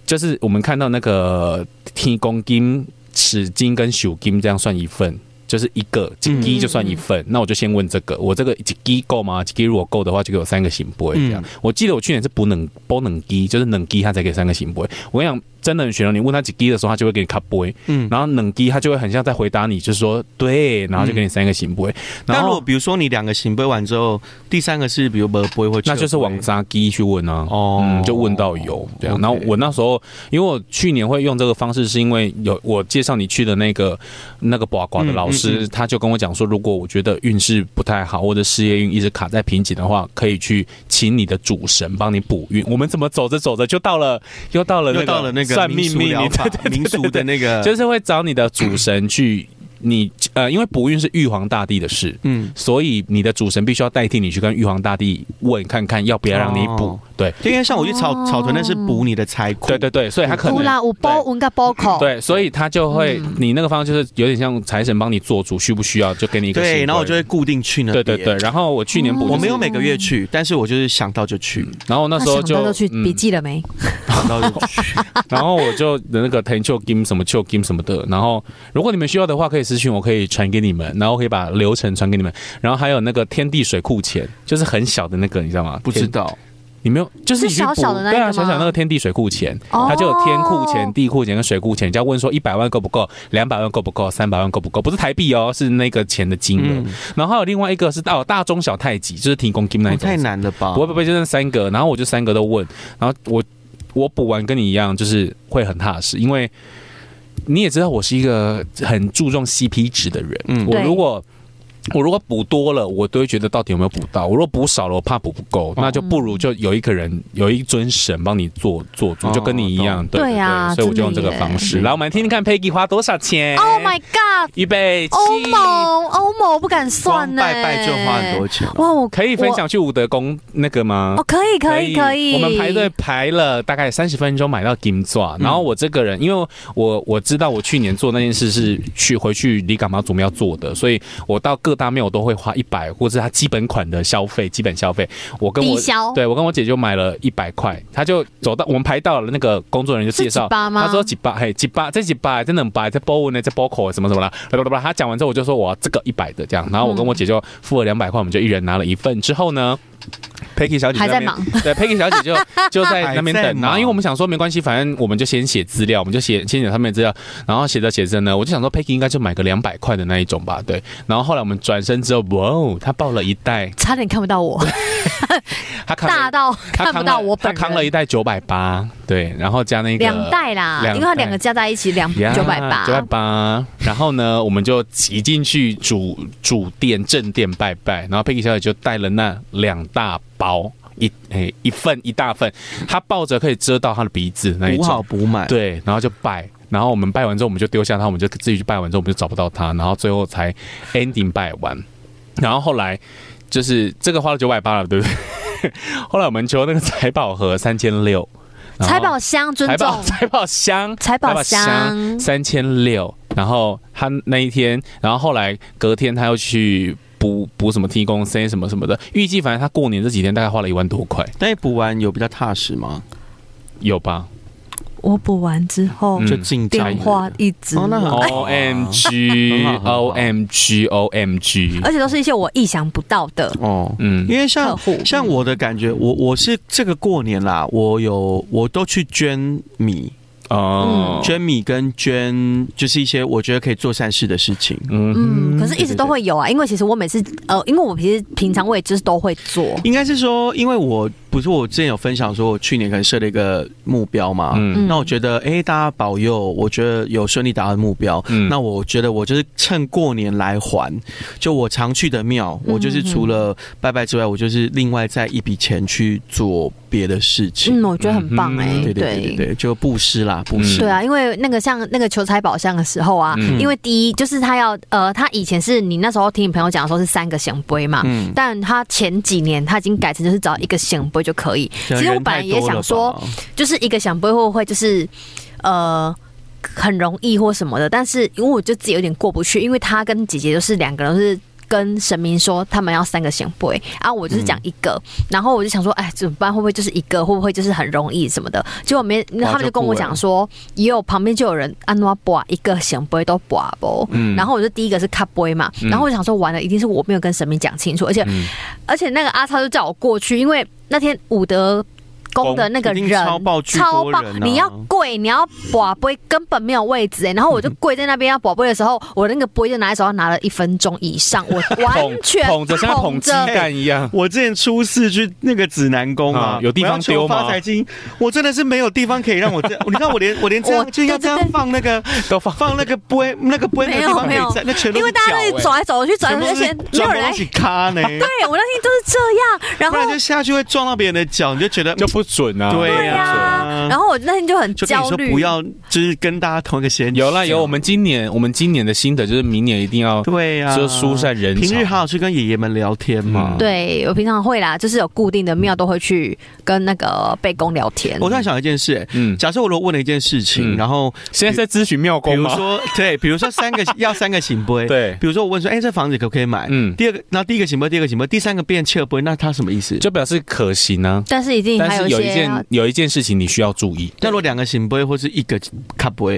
[SPEAKER 2] 就是我们看到那个天公金、尺金跟手金这样算一份。就是一个
[SPEAKER 3] 嗯
[SPEAKER 2] 几鸡就算一份，那我就先问这个，我这个几鸡够吗？几鸡如果够的话，就给我三个行不这样。
[SPEAKER 3] 嗯
[SPEAKER 2] 我记得我去年是补冷包冷鸡，就是冷鸡他才给三个行不我跟你讲，真的很玄哦，你问他几鸡的时候，他就会给你卡波，
[SPEAKER 3] 嗯，
[SPEAKER 2] 然后冷鸡他就会很像在回答你，就是说对，然后就给你三个行不然
[SPEAKER 3] 嗯那如果
[SPEAKER 2] 后
[SPEAKER 3] 比如说你两个行杯完之后，第三个是比如不不会或
[SPEAKER 2] 那就是往扎鸡去问啊。
[SPEAKER 3] 哦
[SPEAKER 2] 嗯，就问到有这样。
[SPEAKER 3] OK
[SPEAKER 2] 然后我那时候，因为我去年会用这个方式，是因为有我介绍你去的那个那个八卦的老
[SPEAKER 3] 嗯嗯
[SPEAKER 2] 师，他就跟我讲说，如果我觉得运势不太好，或者事业运一直卡在瓶颈的话，可以去请你的主神帮你补运。我们怎么走着走着就到了，又到了那个
[SPEAKER 3] 又到了那个
[SPEAKER 2] 算
[SPEAKER 3] 民
[SPEAKER 2] 命
[SPEAKER 3] 俗
[SPEAKER 2] 命
[SPEAKER 3] 疗
[SPEAKER 2] 理，
[SPEAKER 3] 法
[SPEAKER 2] 对对、
[SPEAKER 3] 民俗的那个，
[SPEAKER 2] 就是会找你的主神去。你呃，因为补运是玉皇大帝的事，
[SPEAKER 3] 嗯，
[SPEAKER 2] 所以你的主神必须要代替你去跟玉皇大帝问看看要不要让你补。
[SPEAKER 3] 哦
[SPEAKER 2] 对，
[SPEAKER 3] 就因为像我去草
[SPEAKER 1] 哦
[SPEAKER 3] 草屯那是补你的财库，
[SPEAKER 2] 对对对，所以他可
[SPEAKER 1] 有
[SPEAKER 2] 能。
[SPEAKER 1] 啦，我包文个包嗯口，
[SPEAKER 2] 对，所以他就会，你那个方式就是有点像财神帮你做主，需不需要就给你一个信
[SPEAKER 3] 对，
[SPEAKER 2] 规。
[SPEAKER 3] 然后我就会固定去那
[SPEAKER 2] 对
[SPEAKER 3] 边。
[SPEAKER 2] 对对，嗯然后我
[SPEAKER 1] 哦
[SPEAKER 2] 去年补、
[SPEAKER 3] 我没有每个月去，但是我就是想到就去，
[SPEAKER 2] 然后那时候
[SPEAKER 1] 想到
[SPEAKER 2] 就
[SPEAKER 1] 都去笔
[SPEAKER 2] 嗯，
[SPEAKER 1] 记了没？
[SPEAKER 3] 想到就 去。
[SPEAKER 2] 然后我就那个腾丘金什么丘金什么的，然后如果你们需要的话，可以私信我，可以传给你们，然后可以把流程传给你们，然后还有那个天地水库钱，就是很小的那个，你知道吗？
[SPEAKER 3] 不知
[SPEAKER 2] 天
[SPEAKER 3] 道，
[SPEAKER 2] 你没有，就是
[SPEAKER 1] 是
[SPEAKER 2] 你去
[SPEAKER 1] 小
[SPEAKER 2] 补
[SPEAKER 1] 小的那一
[SPEAKER 2] 对
[SPEAKER 1] 个
[SPEAKER 2] 啊，小
[SPEAKER 1] 吗
[SPEAKER 2] 小那个天地水库钱，
[SPEAKER 1] 哦
[SPEAKER 2] 它就有天库钱、地库钱跟水库钱。你就要问说一百万够不够，两百万够不够，三百万够不够？不是台币哦，是那个钱的金额。
[SPEAKER 3] 嗯，
[SPEAKER 2] 然后还有另外一个是哦，大中小太极，就是提供金那一
[SPEAKER 3] 哦
[SPEAKER 2] 种。
[SPEAKER 3] 太难了
[SPEAKER 1] 啊
[SPEAKER 3] 吧？
[SPEAKER 2] 不会不会，就那三个，然后我就三个都问，然后我我补完跟你一样，就是会很踏实，因为你也知道我是一个很注重 CP 值的人，
[SPEAKER 3] 嗯
[SPEAKER 2] 我
[SPEAKER 1] 对
[SPEAKER 2] 如果。我如果补多了，我都会觉得到底有没有补到。我如果补少了，我怕补不够，那就不如就有一个人有一尊神帮你做做主，就跟你一样。对
[SPEAKER 1] 哦对啊
[SPEAKER 2] 所以我就用这个
[SPEAKER 1] 真的耶
[SPEAKER 2] 方式。来，我们来听听看 Peggy 花多少
[SPEAKER 3] 哎
[SPEAKER 2] 钱。
[SPEAKER 1] Oh my Oh god！
[SPEAKER 2] 预备起，
[SPEAKER 1] 欧某欧某不敢算
[SPEAKER 3] 光
[SPEAKER 1] 呢，
[SPEAKER 3] 拜拜就花很多钱了。
[SPEAKER 1] 哇，我
[SPEAKER 2] 可以分享去武德宫那个吗
[SPEAKER 1] 我？哦，可以可以可以，
[SPEAKER 2] 我们排队排了大概三十分钟买到金钻，
[SPEAKER 1] 嗯
[SPEAKER 2] 然后我这个人，因为我我知道我去年做那件事是去回去离港妈祖庙做的，所以我到各大庙我都会花一百，或者他基本款的消费，基本消费。我跟我
[SPEAKER 1] 低消
[SPEAKER 2] 对我跟我姐就买了一百块，她就走到我们排到了，那个工作人员就是介绍
[SPEAKER 1] 几，八吗
[SPEAKER 2] 他说几八，嘿，几八，这几八，这冷白，这包文呢，这包口什么什么啦，巴拉巴拉巴拉。他讲完之后，我就说我要这个一百的这样，然后我跟我姐就付了两百块，我们就一人拿了一份。之后呢，Peggy 小姐就
[SPEAKER 1] 还在
[SPEAKER 2] 那边
[SPEAKER 1] 忙，
[SPEAKER 2] 对，Peggy 小姐 就就在那边
[SPEAKER 3] 还在
[SPEAKER 2] 等。
[SPEAKER 3] 忙
[SPEAKER 2] 然后因为我们想说没关系，反正我们就先写资料，我们就写先写他们的资料，然后写着写着呢，我就想说 Peggy 应该就买个两百块的那一种吧，对。然后后来我们转身之后，哇哦，他抱了一袋，
[SPEAKER 1] 差点看不到我，
[SPEAKER 2] 他看了
[SPEAKER 1] 大到
[SPEAKER 2] 他
[SPEAKER 1] 看不到我本
[SPEAKER 2] 他扛了
[SPEAKER 1] 人。
[SPEAKER 2] 一袋九百八，对，然后加那个
[SPEAKER 1] 两袋啦，
[SPEAKER 2] 两
[SPEAKER 1] 因为它两个加在一起两九百八
[SPEAKER 2] 九，百八。然后呢，我们就挤进去主主店正店拜拜，然后佩奇小姐就带了那两大包。一诶、一份一大份，她抱着可以遮到她的鼻子那一
[SPEAKER 3] 补好
[SPEAKER 2] 种，
[SPEAKER 3] 补满，，
[SPEAKER 2] 对，然后就拜，然后我们拜完之后我们就丢下她，我们就自己去拜完之后我们就找不到她，然后最后才 ending 拜完，然后后来就是这个花了九百八了，对不对？ 后来我们求那个财宝盒三千六，然后
[SPEAKER 1] 财宝箱尊
[SPEAKER 2] 财宝
[SPEAKER 1] 重，
[SPEAKER 2] 哦财宝箱，嗯
[SPEAKER 1] 财宝箱
[SPEAKER 2] 三千六。然后他那一天，然后后来隔天他又去补补什么提供 C 什么什么的，预计反正他过年这几天大概花了一万多块，
[SPEAKER 3] 但是补完有比较踏实吗？
[SPEAKER 2] 有吧？
[SPEAKER 1] 我补完之后
[SPEAKER 2] 嗯
[SPEAKER 3] 就进展
[SPEAKER 1] 电话一直
[SPEAKER 3] 哦那很好
[SPEAKER 2] O M G
[SPEAKER 3] 很好很好
[SPEAKER 2] O M G O M G，
[SPEAKER 1] 而且都是一些我意想不到的。
[SPEAKER 3] 哦。
[SPEAKER 2] 嗯
[SPEAKER 3] 因为
[SPEAKER 1] 客
[SPEAKER 3] 像
[SPEAKER 1] 户
[SPEAKER 3] 像我的感觉，我我是这个过年啦，我有我都去捐米，
[SPEAKER 2] 哦，
[SPEAKER 3] 捐米跟捐就是一些我觉得可以做善事的事情。
[SPEAKER 2] 嗯
[SPEAKER 1] 嗯，可是一直都会有啊，因为其实我每次呃，因为我其实平常我也就是都会做，
[SPEAKER 3] 应该是说，因为我不是我之前有分享说，我去年可能设了一个目标嘛，
[SPEAKER 2] 嗯
[SPEAKER 1] 嗯
[SPEAKER 3] 那我觉得，哎、大家保佑，我觉得有顺利达到目标。
[SPEAKER 2] 嗯
[SPEAKER 3] 那我觉得我就是趁过年来还，就我常去的庙，
[SPEAKER 1] 嗯
[SPEAKER 3] 我就是除了拜拜之外，我就是另外再一笔钱去做别的事情。
[SPEAKER 1] 嗯，我觉得很棒
[SPEAKER 2] 嗯
[SPEAKER 1] 哎、
[SPEAKER 3] 对对对对对，就布施啦，布施。
[SPEAKER 1] 对啊，因为那个像那个求财宝箱的时候啊，
[SPEAKER 2] 嗯
[SPEAKER 1] 因为第一就是他要呃，他以前是你那时候听你朋友讲说是三个显杯嘛，
[SPEAKER 3] 嗯，
[SPEAKER 1] 但他前几年他已经改成就是只要一个显杯就可以，
[SPEAKER 3] 其
[SPEAKER 2] 啊
[SPEAKER 1] 实我本来也想说，就是一个显杯会不会就是呃。很容易或什么的，但是因为我就自己有点过不去，因为他跟姐姐就是两个人都是跟神明说他们要三个显杯，啊，我就是讲一个，然后我就想说，哎，怎么办？会不会就是一个？会不会就是很容易什么的？结果没，他们就跟我讲说，也有旁边就有人啊安诺拔一个显杯都拔不，
[SPEAKER 2] 嗯
[SPEAKER 1] 然后我就第一个是卡杯嘛，然后我想说完了，一定是我没有跟神明讲清楚，而且、
[SPEAKER 2] 嗯
[SPEAKER 1] 而且那个阿超就叫我过去，因为那天武德。宫的那个
[SPEAKER 3] 一定
[SPEAKER 1] 人
[SPEAKER 3] 超爆巨
[SPEAKER 1] 超
[SPEAKER 3] 多
[SPEAKER 1] 棒！
[SPEAKER 3] 人啊
[SPEAKER 1] 你要跪，你要把杯，根本没有位置哎。然后我就跪在那边要把杯的时候，我那个杯就拿在手上拿了一分钟以上，我完
[SPEAKER 2] 捧
[SPEAKER 1] 全
[SPEAKER 2] 捧着像捧鸡蛋一 样，
[SPEAKER 3] 我之前初四去那个指南宫啊
[SPEAKER 2] 啊，有地方丢吗
[SPEAKER 3] 我要求发财金，我真的是没有地方可以让我这， 你看我连我连这
[SPEAKER 1] 我
[SPEAKER 3] 样就要这
[SPEAKER 1] 对
[SPEAKER 3] 样
[SPEAKER 1] 对对
[SPEAKER 3] 放那个
[SPEAKER 2] 都放
[SPEAKER 3] 放那个杯那个杯没有地方可以站，那全
[SPEAKER 1] 因
[SPEAKER 3] 都是
[SPEAKER 1] 为大家都一直
[SPEAKER 3] 脚欸
[SPEAKER 1] 走来走去，走来
[SPEAKER 3] 全
[SPEAKER 1] 走
[SPEAKER 3] 部
[SPEAKER 1] 去，而且
[SPEAKER 3] 都是
[SPEAKER 1] 没有
[SPEAKER 3] 撞
[SPEAKER 1] 人来
[SPEAKER 3] 东西咖呢，
[SPEAKER 1] 对我那天就是这样，然
[SPEAKER 3] 不
[SPEAKER 1] 后
[SPEAKER 3] 然就啊下去会撞到别人的脚，你就觉得
[SPEAKER 2] 就不准啊。
[SPEAKER 3] 对
[SPEAKER 1] 对呀，然后我那天就很
[SPEAKER 3] 就跟你
[SPEAKER 1] 焦
[SPEAKER 3] 说
[SPEAKER 1] 虑，
[SPEAKER 3] 不要，就是跟大家同一个鞋。
[SPEAKER 2] 有啦有，我们今年我们今年的心得就是明年一定要
[SPEAKER 3] 对呀，
[SPEAKER 2] 就疏散人潮
[SPEAKER 3] 平日好好去跟爷爷们聊天嘛
[SPEAKER 2] 嗯。
[SPEAKER 1] 对我平常会啦，就是有固定的庙都会去跟那个背公聊天。
[SPEAKER 3] 我突然想到一件事，欸
[SPEAKER 2] 嗯，
[SPEAKER 3] 假设我如果问了一件事情，
[SPEAKER 2] 嗯
[SPEAKER 3] 然后
[SPEAKER 2] 现在在咨询妙
[SPEAKER 3] 比
[SPEAKER 2] 公
[SPEAKER 3] 如
[SPEAKER 2] 吗？
[SPEAKER 3] 说对，比如说三 个要三个行不？
[SPEAKER 2] 对
[SPEAKER 3] 比如说我问说，哎，这房子可不可以买？
[SPEAKER 2] 嗯
[SPEAKER 3] 第二个，那第一个行不？第二个行不？第三个变切不？那他什么意思？
[SPEAKER 2] 就表示可行啊。
[SPEAKER 1] 但是一定嗯还
[SPEAKER 2] 但是有
[SPEAKER 1] 一
[SPEAKER 2] 一
[SPEAKER 1] 些要
[SPEAKER 2] 件有一件事情你需要注意，
[SPEAKER 3] 那如果两个行不或是一个卡不？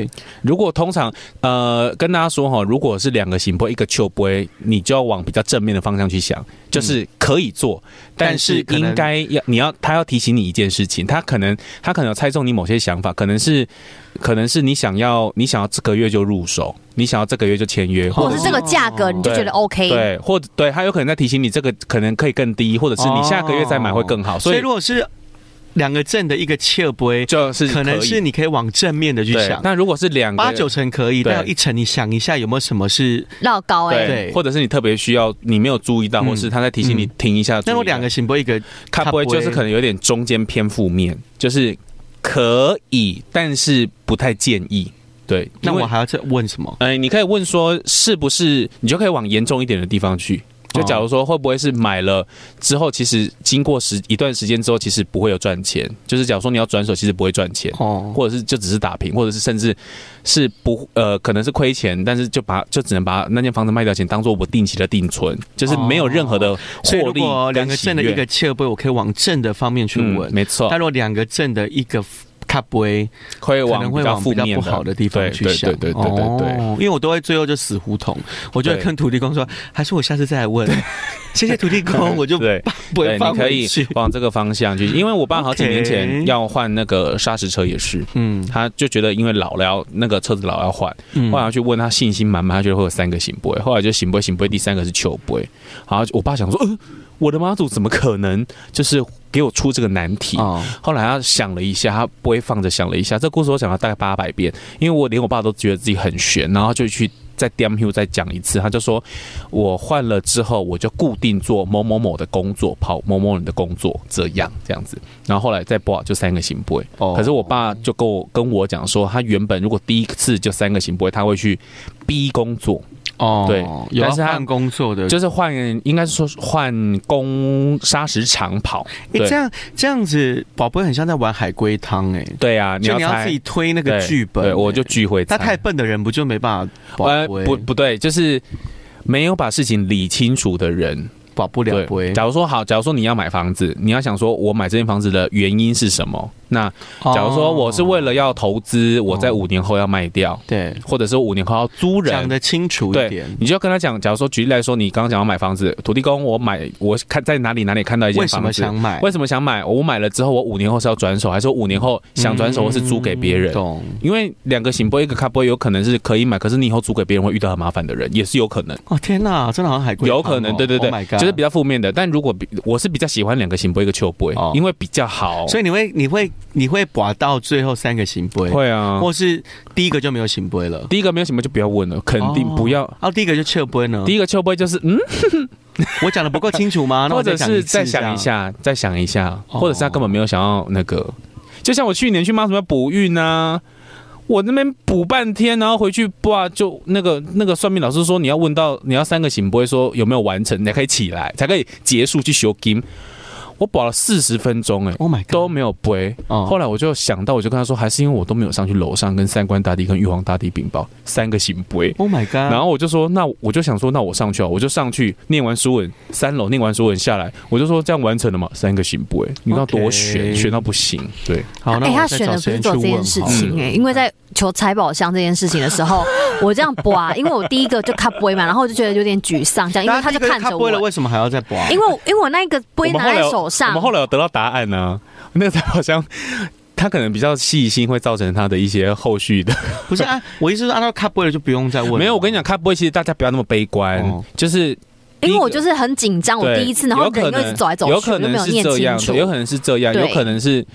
[SPEAKER 2] 如果通常呃跟大家说哈，如果是两个行波一个秋波，你就要往比较正面的方向去想，就是可以做，但
[SPEAKER 3] 嗯但是
[SPEAKER 2] 是
[SPEAKER 3] 可能
[SPEAKER 2] 应该要你要他要提醒你一件事情，他可能他可能有猜中你某些想法，可能是可能是你想要你想要这个月就入手，你想要这个月就签约，
[SPEAKER 1] 或
[SPEAKER 2] 或
[SPEAKER 1] 者
[SPEAKER 2] 者
[SPEAKER 1] 哦是
[SPEAKER 2] 是。
[SPEAKER 1] 这个价格，你就觉得 OK。
[SPEAKER 2] 对，或者对他有可能在提醒你，这个可能可以更低，或者是你下个月再买会更好，
[SPEAKER 3] 所
[SPEAKER 2] 所
[SPEAKER 3] 以
[SPEAKER 2] 以
[SPEAKER 3] 如果是两个正的一个切不？
[SPEAKER 2] 就是
[SPEAKER 3] 可能
[SPEAKER 2] 以
[SPEAKER 3] 是你可以往正面的去
[SPEAKER 2] 对
[SPEAKER 3] 想。
[SPEAKER 2] 那如果是两个
[SPEAKER 3] 八九成可以，
[SPEAKER 2] 对啊
[SPEAKER 3] 但有一成你想一下有没有什么是？
[SPEAKER 1] 绕高哎、
[SPEAKER 2] 对，或者是你特别需要，你没有注意到，
[SPEAKER 3] 嗯
[SPEAKER 2] 或是他在提醒你
[SPEAKER 3] 嗯
[SPEAKER 2] 停一下。
[SPEAKER 3] 那我两
[SPEAKER 2] 注意
[SPEAKER 3] 个行不？一个
[SPEAKER 2] 一下，他不会
[SPEAKER 3] 他不会
[SPEAKER 2] 就是可能有点中间偏负面，就是可以，但是不太建议。对，
[SPEAKER 3] 那
[SPEAKER 2] 因为
[SPEAKER 3] 我还要再问什么？
[SPEAKER 2] 哎，你可以问说是不是，你就可以往严重一点的地方去。就假如说会不会是买了之后，其实经过时一段时间之后，其实不会有赚钱。就是假如说你要转手，其实不会赚钱。
[SPEAKER 3] 哦，
[SPEAKER 2] 或者是就只是打平，或者是甚至是不呃，可能是亏钱，但是就把就只能把那间房子卖掉钱当做我定期的定存，就是没有任何的
[SPEAKER 3] 哦所以
[SPEAKER 2] 获
[SPEAKER 3] 如
[SPEAKER 2] 利
[SPEAKER 3] 果两个
[SPEAKER 2] 跟喜
[SPEAKER 3] 正的一
[SPEAKER 2] 悦
[SPEAKER 3] 个。切不，我可以往正的方面去
[SPEAKER 2] 嗯
[SPEAKER 3] 问，；
[SPEAKER 2] 没错
[SPEAKER 3] 但，如果两个正的一个卡不，可
[SPEAKER 2] 会往
[SPEAKER 3] 能会
[SPEAKER 2] 比较
[SPEAKER 3] 往
[SPEAKER 2] 负
[SPEAKER 3] 比较
[SPEAKER 2] 面
[SPEAKER 3] 不好的地方去
[SPEAKER 2] 对
[SPEAKER 3] 想。
[SPEAKER 2] 对对对对对对。
[SPEAKER 3] 哦因为我都会最后就死胡同，我就会
[SPEAKER 2] 对
[SPEAKER 3] 跟土地公说，还是我下次再来问。 谢谢土地公，我就
[SPEAKER 2] 对
[SPEAKER 3] 不
[SPEAKER 2] 对，
[SPEAKER 3] 会
[SPEAKER 2] 你
[SPEAKER 3] 放
[SPEAKER 2] 可
[SPEAKER 3] 回
[SPEAKER 2] 以
[SPEAKER 3] 去。
[SPEAKER 2] 往这个方向去，因为我爸好几年
[SPEAKER 3] OK
[SPEAKER 2] 前要换那个砂石车也是，
[SPEAKER 3] 嗯
[SPEAKER 2] 他就觉得因为老了要那个车子老了要换，
[SPEAKER 3] 嗯
[SPEAKER 2] 后来去问他信心满满，他觉得会有三个行不会，后来就行不会行不会，第三个是求不会。然后我爸想说，呃，我的妈祖怎么可能就是给我出这个难题？
[SPEAKER 3] 哦，
[SPEAKER 2] 后来他想了一下，他不会放着想了一下，这故事我讲了大概八百遍，因为我连我爸都觉得自己很悬，然后就去再 damn you 再讲一次，他就说我换了之后，我就固定做某某某的工作，跑某某人的工作，这样这样子，然后后来再不好就三个行不会。
[SPEAKER 3] 哦
[SPEAKER 2] 可是我爸就跟我跟我讲说，他原本如果第一次就三个行不会，他会去逼工作，
[SPEAKER 3] 哦，
[SPEAKER 2] 对
[SPEAKER 3] 有
[SPEAKER 2] 但
[SPEAKER 3] 要
[SPEAKER 2] 是他
[SPEAKER 3] 换工作的，
[SPEAKER 2] 就是换，应该是说换工砂石长跑。
[SPEAKER 3] 哎、
[SPEAKER 2] 对
[SPEAKER 3] 这样这样子，宝贝很像在玩海龟汤哎，
[SPEAKER 2] 对啊，你
[SPEAKER 3] 就
[SPEAKER 2] 要
[SPEAKER 3] 你要
[SPEAKER 2] 猜
[SPEAKER 3] 自己推那个
[SPEAKER 2] 对
[SPEAKER 3] 剧本欸、
[SPEAKER 2] 对我就呃聚会猜。
[SPEAKER 3] 那太笨的人不就没办法宝贝、
[SPEAKER 2] 不不对，就是没有把事情理清楚的人，
[SPEAKER 3] 保不了
[SPEAKER 2] 对，
[SPEAKER 3] 不会。
[SPEAKER 2] 假如说好，假如说你要买房子，你要想说我买这间房子的原因是什么？那
[SPEAKER 3] 哦
[SPEAKER 2] 假如说我是为了要投资，我在五年后要卖掉，
[SPEAKER 3] 对
[SPEAKER 2] 或者是五年后要租
[SPEAKER 3] 讲
[SPEAKER 2] 人。
[SPEAKER 3] 的清楚一
[SPEAKER 2] 对
[SPEAKER 3] 点，，
[SPEAKER 2] 你就要跟他讲。假如说举例来说，你刚刚讲要买房子，土地公，我买我看在哪里哪里看到一间
[SPEAKER 3] 为什
[SPEAKER 2] 房
[SPEAKER 3] 么
[SPEAKER 2] 子，
[SPEAKER 3] 想买？
[SPEAKER 2] 为什么想买？我买了之后，我五年后是要转手，还是我五年后想转手或是租给别人？
[SPEAKER 3] 嗯懂
[SPEAKER 2] 因为两个行波一个卡波，有可能是可以买，可是你以后租给别人会遇到很麻烦的人，也是有可能，
[SPEAKER 3] 哦，天哪，真的好像海龟汤哦、
[SPEAKER 2] 有可能，对对对
[SPEAKER 3] Oh my，god
[SPEAKER 2] 就是比较负面的。但如果比我是比较喜欢两个行波一个球波
[SPEAKER 3] 哦，
[SPEAKER 2] 因为比较好，
[SPEAKER 3] 所以你会你会你会把到最后三个行杯，
[SPEAKER 2] 会啊。
[SPEAKER 3] 或是第一个就没有行杯了，
[SPEAKER 2] 第一个没有什么就不要问了，肯定
[SPEAKER 3] 哦
[SPEAKER 2] 不要。
[SPEAKER 3] 然后第一个就撤杯呢
[SPEAKER 2] 第？一个秋波就是嗯，
[SPEAKER 3] 我讲的不够清 楚吗？啊那我
[SPEAKER 2] 或者是
[SPEAKER 3] 再
[SPEAKER 2] 再想一
[SPEAKER 3] 讲一次这样，
[SPEAKER 2] 下，再想一下，
[SPEAKER 3] 哦
[SPEAKER 2] 或者是他根本没有想要那个。就像我去年去妈什么补运啊，我那边补半天，然后回去哇，就那个那个算命老师说你要问到你要三个醒，不会说有没有完成，你才可以起来，才可以结束去修金。我保了四十分钟、哎，
[SPEAKER 3] Oh my god！
[SPEAKER 2] 都没有背。
[SPEAKER 3] 哦
[SPEAKER 2] 后来我就想到，我就跟他说，还是因为我都没有上去楼上跟三官大帝跟玉皇大帝禀报三个醒杯。
[SPEAKER 3] Oh my god！
[SPEAKER 2] 然后我就说，那我就想说，那我上去啊，我就上去念完书文，三楼念完书文下来，我就说这样完成了嘛，三个行不、欸？你知道多
[SPEAKER 3] OK
[SPEAKER 2] 悬，悬到不行。对，
[SPEAKER 3] 好，那
[SPEAKER 1] 哎、
[SPEAKER 3] 我
[SPEAKER 1] 他
[SPEAKER 3] 再
[SPEAKER 1] 选
[SPEAKER 3] 找
[SPEAKER 1] 的不是做
[SPEAKER 3] 时间去
[SPEAKER 1] 这件
[SPEAKER 3] 问
[SPEAKER 1] 事
[SPEAKER 3] 好了
[SPEAKER 1] 情哎、因为在求财宝箱这件事情的时候，我这样刮，因为我第一个就看杯嘛，然后我就觉得有点沮丧，这样，
[SPEAKER 3] 嗯
[SPEAKER 1] 因为他就看
[SPEAKER 3] 他
[SPEAKER 1] 着
[SPEAKER 3] 播
[SPEAKER 1] 我，
[SPEAKER 3] 了，为什么还要再啊播？
[SPEAKER 1] 因为我因为我那个
[SPEAKER 2] 我
[SPEAKER 1] 杯
[SPEAKER 2] 们
[SPEAKER 1] 拿
[SPEAKER 2] 后来
[SPEAKER 1] 在
[SPEAKER 2] 有
[SPEAKER 1] 手
[SPEAKER 2] 我
[SPEAKER 1] 上
[SPEAKER 2] 们，后来有得到答案呢、那个财宝箱，他可能比较细心，会造成他的一些后续的。
[SPEAKER 3] 不是啊，我意思是按照他播了就不用再问了。
[SPEAKER 2] 没有，我跟你讲，看不会，其实大家不要那么悲观，
[SPEAKER 3] 哦
[SPEAKER 2] 就是
[SPEAKER 1] 因为我
[SPEAKER 2] 第一个
[SPEAKER 1] 就是很紧张，我
[SPEAKER 2] 对
[SPEAKER 1] 第一次，然后
[SPEAKER 2] 有可
[SPEAKER 1] 人又一直
[SPEAKER 2] 能
[SPEAKER 1] 走来走去，
[SPEAKER 2] 有可
[SPEAKER 1] 我就没
[SPEAKER 2] 能
[SPEAKER 1] 有
[SPEAKER 2] 是
[SPEAKER 1] 念
[SPEAKER 2] 这
[SPEAKER 1] 清
[SPEAKER 2] 样
[SPEAKER 1] 楚
[SPEAKER 2] 的，。有 可能是这样，
[SPEAKER 1] 对
[SPEAKER 2] 有可能是。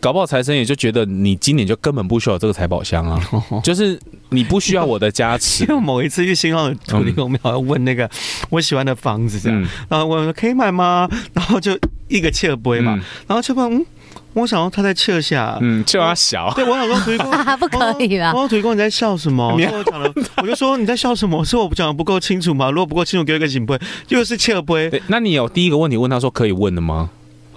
[SPEAKER 2] 搞不好财神也就觉得你今年就根本不需要这个财宝箱啊，就是你不需要我的加 持
[SPEAKER 3] 因为。我某一次去新浪的土地公庙要问那个我喜欢的房子，这样，
[SPEAKER 2] 嗯，
[SPEAKER 3] 然后我说可以买吗？ 然后就一个切杯嘛，然后切杯，嗯，我想要他在切下，
[SPEAKER 2] 嗯，就要小，
[SPEAKER 3] 对我想说哦土地公
[SPEAKER 1] 哈哈啊 不可以啦
[SPEAKER 2] 哦
[SPEAKER 3] 然后土地公你在笑什么？
[SPEAKER 2] 你
[SPEAKER 3] 说我讲了，我就说你在笑什么？是我讲的不够清楚吗？如果不够清楚，给我一个警杯，又是切杯。
[SPEAKER 2] 对，那你有第一个问题问他说可以问的吗？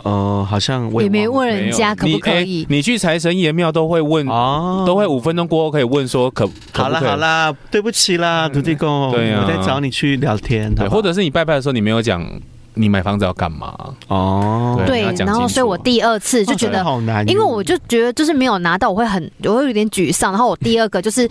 [SPEAKER 3] 呃，好像我
[SPEAKER 1] 也没
[SPEAKER 3] 忘了
[SPEAKER 1] 问人家可
[SPEAKER 2] 没
[SPEAKER 1] 不
[SPEAKER 2] 有
[SPEAKER 1] 可
[SPEAKER 2] 你哎
[SPEAKER 1] 以，
[SPEAKER 2] 你去财神爷庙都会问，
[SPEAKER 3] 哦，
[SPEAKER 2] 都会五分钟过后可以问说可可
[SPEAKER 3] 好
[SPEAKER 2] 不
[SPEAKER 3] 啦
[SPEAKER 2] 可以
[SPEAKER 3] 好啦，对不起啦，土地公，
[SPEAKER 2] 对啊
[SPEAKER 3] 我在找你去聊天，
[SPEAKER 2] 对，
[SPEAKER 3] 好不
[SPEAKER 2] 或
[SPEAKER 3] 好
[SPEAKER 2] 者是你拜拜的时候你没有讲你买房子要干嘛？
[SPEAKER 3] 哦，
[SPEAKER 2] 对你要
[SPEAKER 1] 对，
[SPEAKER 2] 讲
[SPEAKER 1] 然后
[SPEAKER 2] 清楚
[SPEAKER 1] 所以我第二次就觉
[SPEAKER 3] 哦真的
[SPEAKER 1] 得
[SPEAKER 3] 好难哦，
[SPEAKER 1] 因为我就觉得就是没有拿到，我会很我会有点沮丧。然后我第二个就是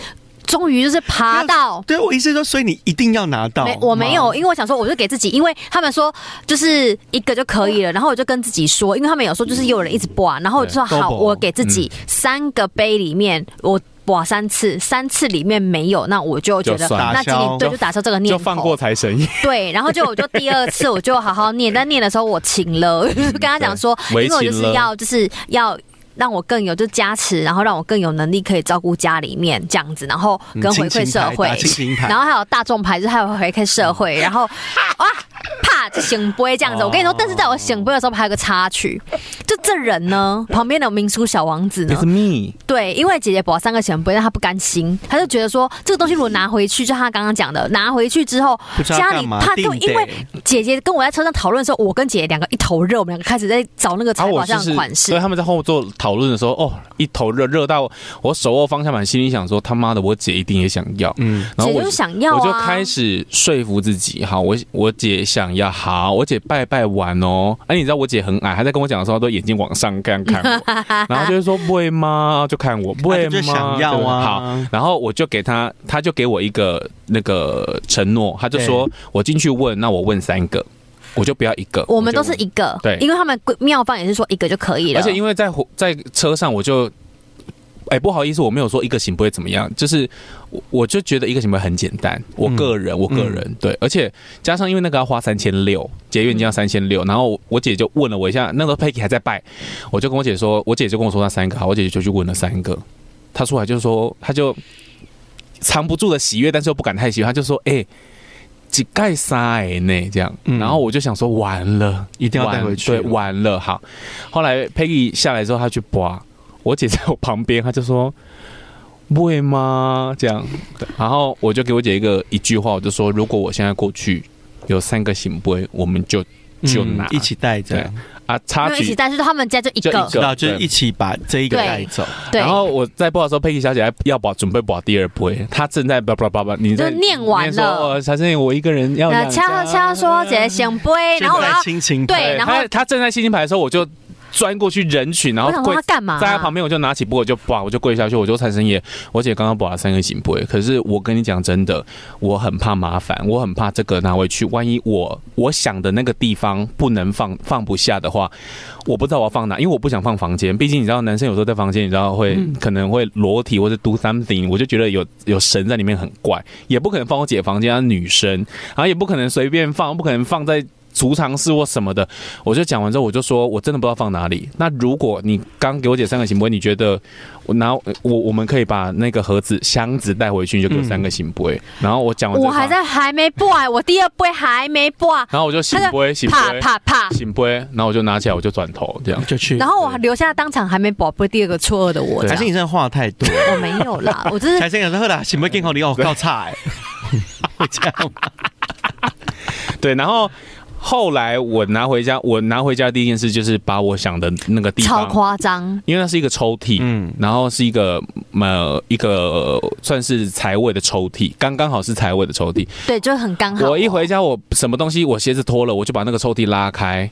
[SPEAKER 1] 终于就是爬到。
[SPEAKER 3] 对我意思是说，所以你一定要拿到，
[SPEAKER 1] 没，我没有，因为我想说，我就给自己，因为他们说就是一个就可以了，然后我就跟自己说，因为他们有说就是有人一直刮，然后我就说
[SPEAKER 3] 对
[SPEAKER 1] 好，
[SPEAKER 3] double
[SPEAKER 1] 我给自己三个杯里面我刮三次，三次里面没有，那我就觉得
[SPEAKER 2] 就算了
[SPEAKER 1] 那今
[SPEAKER 3] 打
[SPEAKER 1] 天
[SPEAKER 3] 消
[SPEAKER 1] 对就打消这个念
[SPEAKER 2] 就
[SPEAKER 1] 头，
[SPEAKER 2] 放过财 神爷，
[SPEAKER 1] 对，然后就我就第二次我就好好念，但念的时候我请了， 我就跟他讲说，因
[SPEAKER 2] 对
[SPEAKER 1] 为我就
[SPEAKER 2] 为
[SPEAKER 1] 是
[SPEAKER 2] 情了
[SPEAKER 1] 要就是要。让我更有就加持，然后让我更有能力可以照顾家里面这样子，然后
[SPEAKER 3] 嗯
[SPEAKER 1] 跟回馈社会，
[SPEAKER 3] 亲情牌打亲情牌
[SPEAKER 1] 然后还有大众牌，就是还有回馈社 会，然后哇，啪就醒杯这样子。
[SPEAKER 2] 哦
[SPEAKER 1] 我跟你说，但是在我醒杯的时候，还有个插曲，就这人呢，旁边的民俗小王子呢
[SPEAKER 2] It's，me，
[SPEAKER 1] 对，因为姐姐保三个钱杯，但她不甘心，她就觉得说这个东西如果拿回去，就她刚刚讲的，拿回去之后
[SPEAKER 3] 不，知道
[SPEAKER 1] 家
[SPEAKER 3] 干
[SPEAKER 1] 里
[SPEAKER 3] 嘛
[SPEAKER 1] 怕
[SPEAKER 3] 定
[SPEAKER 1] 就因
[SPEAKER 3] 得
[SPEAKER 1] 为姐姐跟我在车上讨论的时候，我跟姐姐两个一头热，我们两个开始在找那个
[SPEAKER 2] 啊，
[SPEAKER 1] 财宝
[SPEAKER 2] 我就
[SPEAKER 1] 箱的
[SPEAKER 2] 是
[SPEAKER 1] 款式。
[SPEAKER 2] 所以他们在后座讨论的时候，哦，一头热热到我手握方向盘，心里想说他妈的，我姐一定也想要，
[SPEAKER 3] 嗯，
[SPEAKER 2] 然
[SPEAKER 1] 姐
[SPEAKER 2] 后我
[SPEAKER 1] 就是想要、啊、
[SPEAKER 2] 我就开始说服自己，好，我我姐想要好，我姐拜拜完哦。哎、你知道我姐很矮，她在跟我讲的时候都眼睛往上看看 我，然后就会说不会吗？就看我不会
[SPEAKER 3] 啊就
[SPEAKER 2] 吗？
[SPEAKER 3] 想要啊
[SPEAKER 2] 对好，然后我就给她，她就给我一个那个承诺，她就说我进去问，那我问三个，我就不要一个。
[SPEAKER 1] 我们都是
[SPEAKER 2] 就问
[SPEAKER 1] 一个，
[SPEAKER 2] 对
[SPEAKER 1] 因为他们妙方也是说一个就可以了，
[SPEAKER 2] 而且因为在火在车上，我就，哎、不好意思，我没有说一个行不会怎么样，就是我我就觉得一个行不会很简单，我个人、我个人、对，而且加上因为那个要花三千六，捷运已经要三千六，然后我我姐就问了我一下，那个 Peggy 还在拜，我就跟我姐说，我姐就跟我说那三个，好，我姐就去问了三个，她出来就说，她就藏不住的喜悦，但是又不敢太喜悦，她就说，哎、几盖三哎呢这样，
[SPEAKER 3] 嗯
[SPEAKER 2] 然后我就想说完了。
[SPEAKER 3] 一定要带
[SPEAKER 2] 完
[SPEAKER 3] 回去，
[SPEAKER 2] 对，完了，好。后来 Peggy 下来之后，她去拔，我姐在我旁边，她就说：“不会吗？”这样，对然后我就给我姐一个一句话，我就说：“如果我现在过去有三个行杯，我们就就
[SPEAKER 3] 嗯
[SPEAKER 2] 拿
[SPEAKER 3] 一起带着
[SPEAKER 2] 对，啊插
[SPEAKER 1] 没有一
[SPEAKER 2] 曲
[SPEAKER 1] 起带，就是他们家就一
[SPEAKER 2] 就一
[SPEAKER 1] 个
[SPEAKER 2] 个
[SPEAKER 3] 知道就是
[SPEAKER 2] 对
[SPEAKER 3] 一起把这一个
[SPEAKER 1] 对
[SPEAKER 3] 带走。
[SPEAKER 1] 对
[SPEAKER 2] 然，后我在播的时候，佩奇小姐还要保准备保第二杯，她正在叭叭叭叭，你在
[SPEAKER 1] 就念完了
[SPEAKER 2] 说哦才是我一个人要
[SPEAKER 1] 那
[SPEAKER 2] 养
[SPEAKER 1] 敲
[SPEAKER 2] 家。
[SPEAKER 1] 敲呃说姐想杯，
[SPEAKER 3] 现
[SPEAKER 1] 哎然后我
[SPEAKER 3] 在
[SPEAKER 1] 要
[SPEAKER 3] 亲情
[SPEAKER 1] 对然后
[SPEAKER 2] 她她正在亲情牌的时候，我就钻过去人群，然后
[SPEAKER 1] 我想说
[SPEAKER 2] 跪
[SPEAKER 1] 他干嘛啊
[SPEAKER 2] 在她旁边，我就拿起布，我就把我就跪下去，我就产生也，我姐刚刚保了三个醒杯，可是我跟你讲真的，我很怕麻烦，我很怕这个拿回去，万一我我想的那个地方不能放放不下的话，我不知道我要放哪，因为我不想放房间，毕竟你知道男生有时候在房间，你知道会、
[SPEAKER 1] 嗯
[SPEAKER 2] 可能会裸体或者 do something，我就觉得有有神在里面很怪，也不可能放我姐房间，她啊女生，然后也不可能随便放，不可能放在。储藏室或什么的，我就讲完之后，我就说我真的不知道放哪里。那如果你刚给我姐三个行不你觉得我拿我我们可以把那个盒子箱子带回去，你就给我三个行不然后我讲完，
[SPEAKER 1] 我还，在还没播，我第二杯还没播，
[SPEAKER 2] 然后我就醒
[SPEAKER 1] 他
[SPEAKER 2] 杯
[SPEAKER 1] 就
[SPEAKER 2] 醒
[SPEAKER 1] 啪
[SPEAKER 2] 杯
[SPEAKER 1] 啪啪，
[SPEAKER 2] 醒杯，然后我就拿起来我就转头 这样。
[SPEAKER 3] 就去。
[SPEAKER 1] 然后我还留下当场还没播，不是第二个错愕的我，
[SPEAKER 2] 对啊
[SPEAKER 1] 这
[SPEAKER 3] 还是
[SPEAKER 1] 样
[SPEAKER 3] 你真的话太 多，
[SPEAKER 1] 我没有啦，我真
[SPEAKER 3] 才
[SPEAKER 1] 是
[SPEAKER 3] 先讲说喝啦，行不健康你要告 差、欸，会这样吗？
[SPEAKER 2] 对，然后后来我拿回家，我拿回家第一件事就是把我想的那个地
[SPEAKER 1] 超
[SPEAKER 2] 方，
[SPEAKER 1] 夸张，
[SPEAKER 2] 因为那是一个抽屉，
[SPEAKER 3] 嗯，
[SPEAKER 2] 然后是一个呃一个算是财位的抽屉，刚刚好是财位的抽屉。
[SPEAKER 1] 对，就很刚好。
[SPEAKER 2] 我一回家，我什么东西，我鞋子脱了，我就把那个抽屉拉开，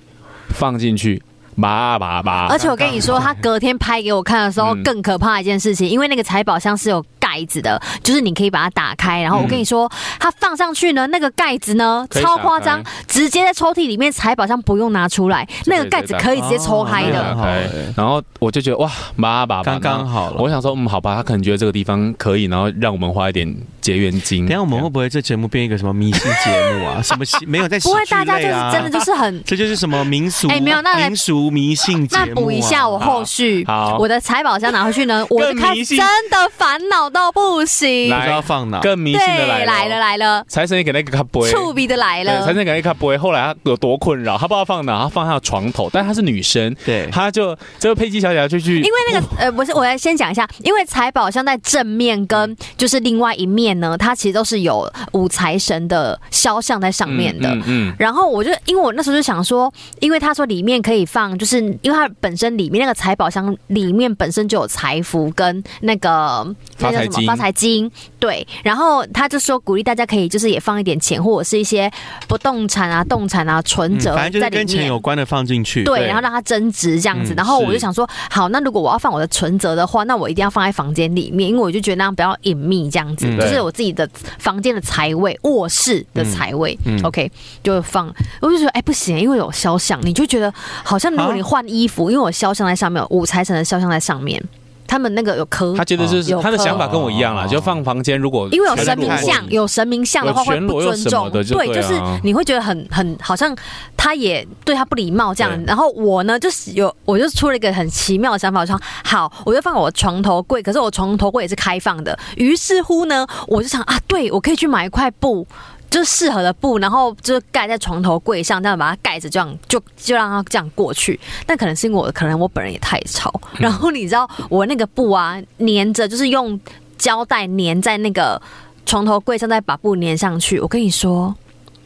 [SPEAKER 2] 放进去，拔拔拔。
[SPEAKER 1] 而且我跟你说，他隔天拍给我看的时候
[SPEAKER 2] 啊嗯，
[SPEAKER 1] 更可怕的一件事情，因为那个财宝箱是有盖子的，就是你可以把它打开。然后我跟你说，它放上去呢，那个盖子呢
[SPEAKER 2] 嗯可以
[SPEAKER 1] 超
[SPEAKER 2] 打
[SPEAKER 1] 夸张
[SPEAKER 2] 开，
[SPEAKER 1] 直接在抽屉里面，财宝箱不用拿出来，
[SPEAKER 2] 可以
[SPEAKER 1] 那个盖子可以直接抽开
[SPEAKER 2] 对
[SPEAKER 3] 哦
[SPEAKER 1] 的
[SPEAKER 2] 打开
[SPEAKER 3] 那。很好欸
[SPEAKER 2] 然后我就觉得哇，拔拔拔，
[SPEAKER 3] 刚刚好
[SPEAKER 2] 我
[SPEAKER 3] 了。
[SPEAKER 2] 想说，嗯，好吧，他可能觉得这个地方可以，然后让我们花一点结缘金。
[SPEAKER 3] 等一下我们会不会这节目变一个什么迷信节 目啊？什么喜没有在喜
[SPEAKER 1] 不会，
[SPEAKER 3] 剧
[SPEAKER 1] 大家就
[SPEAKER 3] 类
[SPEAKER 1] 是
[SPEAKER 3] 啊？
[SPEAKER 1] 真的就是很
[SPEAKER 3] 这就是什么民俗？
[SPEAKER 1] 哎没有那来
[SPEAKER 3] 民俗迷信节目、
[SPEAKER 1] 那
[SPEAKER 3] 啊。
[SPEAKER 1] 补一下我后续
[SPEAKER 2] 好，
[SPEAKER 1] 我的财宝箱拿回去 呢，我就开
[SPEAKER 2] 迷
[SPEAKER 1] 始
[SPEAKER 2] 信
[SPEAKER 1] 真的烦恼到不行。
[SPEAKER 3] 不知道放哪。
[SPEAKER 2] 更迷信的来
[SPEAKER 1] 对，来了
[SPEAKER 2] 了，
[SPEAKER 1] 来了，
[SPEAKER 2] 财神也给那个卡杯。
[SPEAKER 1] 触鼻的来
[SPEAKER 2] 对，
[SPEAKER 1] 了
[SPEAKER 2] 财。神给那个卡杯，后来他有多困扰，他不知道放哪，他放他的床头，但她是女生，
[SPEAKER 3] 对，
[SPEAKER 2] 她就这个佩姬小姐就去
[SPEAKER 1] 因，为那个呃，不是，我来先讲一下，因为财宝箱在正面
[SPEAKER 3] 嗯
[SPEAKER 1] 跟就是另外一面呢，它其实都是有五财神的肖像在上面的。
[SPEAKER 2] 嗯嗯，
[SPEAKER 1] 然后我就，因为我那时候就想说，因为他说里面可以放，就是因为它本身里面那个财宝箱里面本身就有财符跟那个那叫什
[SPEAKER 2] 发财
[SPEAKER 1] 么
[SPEAKER 2] 金
[SPEAKER 1] 发财金，对。然后他就说鼓励大家可以就是也放一点钱，或者是一些不动产啊、动产啊、存
[SPEAKER 3] 嗯
[SPEAKER 1] 折在
[SPEAKER 3] 反
[SPEAKER 1] 里
[SPEAKER 3] 正就是跟
[SPEAKER 1] 面。
[SPEAKER 3] 钱有关的放进去。
[SPEAKER 1] 对，
[SPEAKER 2] 对
[SPEAKER 1] 然后让它增值这样子。
[SPEAKER 3] 嗯
[SPEAKER 1] 然后我
[SPEAKER 2] 是
[SPEAKER 1] 就想说，好，那如果我要放我的存折的话，那我一定要放在房间里面，因为我就觉得那样比较隐秘，这样子、
[SPEAKER 3] 嗯
[SPEAKER 1] 就是
[SPEAKER 2] 对
[SPEAKER 1] 我自己的房间的财位、卧室的财位。
[SPEAKER 3] 嗯嗯
[SPEAKER 1] OK，就放。我就觉得，哎、不行，因为有肖像，你就觉得好像如果
[SPEAKER 3] 啊
[SPEAKER 1] 你换衣服，因为我肖像在上面，有五财神的肖像在上面，他们那个有刻。
[SPEAKER 2] 嗯她觉得就是
[SPEAKER 1] 哦有
[SPEAKER 2] 她的
[SPEAKER 1] 刻
[SPEAKER 2] 想法跟我一样啦，
[SPEAKER 3] 哦
[SPEAKER 2] 就放房间如果
[SPEAKER 1] 因为有
[SPEAKER 2] 全
[SPEAKER 1] 神
[SPEAKER 2] 裸
[SPEAKER 1] 明像，有神明像的话
[SPEAKER 2] 有
[SPEAKER 1] 会
[SPEAKER 2] 全
[SPEAKER 1] 不
[SPEAKER 2] 裸有
[SPEAKER 1] 尊
[SPEAKER 2] 什
[SPEAKER 1] 重
[SPEAKER 2] 么，的就对
[SPEAKER 1] 就
[SPEAKER 2] 啊
[SPEAKER 1] 是你会觉得很很好像他也对他不礼貌这样
[SPEAKER 2] 对。
[SPEAKER 1] 然后我呢，就是有我就出了一个很奇妙的想法，我说好，我就放我床头柜，可是我床头柜也是开放的。于是乎呢，我就想啊，对我可以去买一块布。就是适合的布，然后就是盖在床头柜上，这样把它盖着，这样就就让它这样过去。但可能是因为我，可能我本人也太吵。
[SPEAKER 2] 嗯
[SPEAKER 1] 然后你知道我那个布啊，粘着就是用胶带粘在那个床头柜上，再把布粘上去。我跟你说，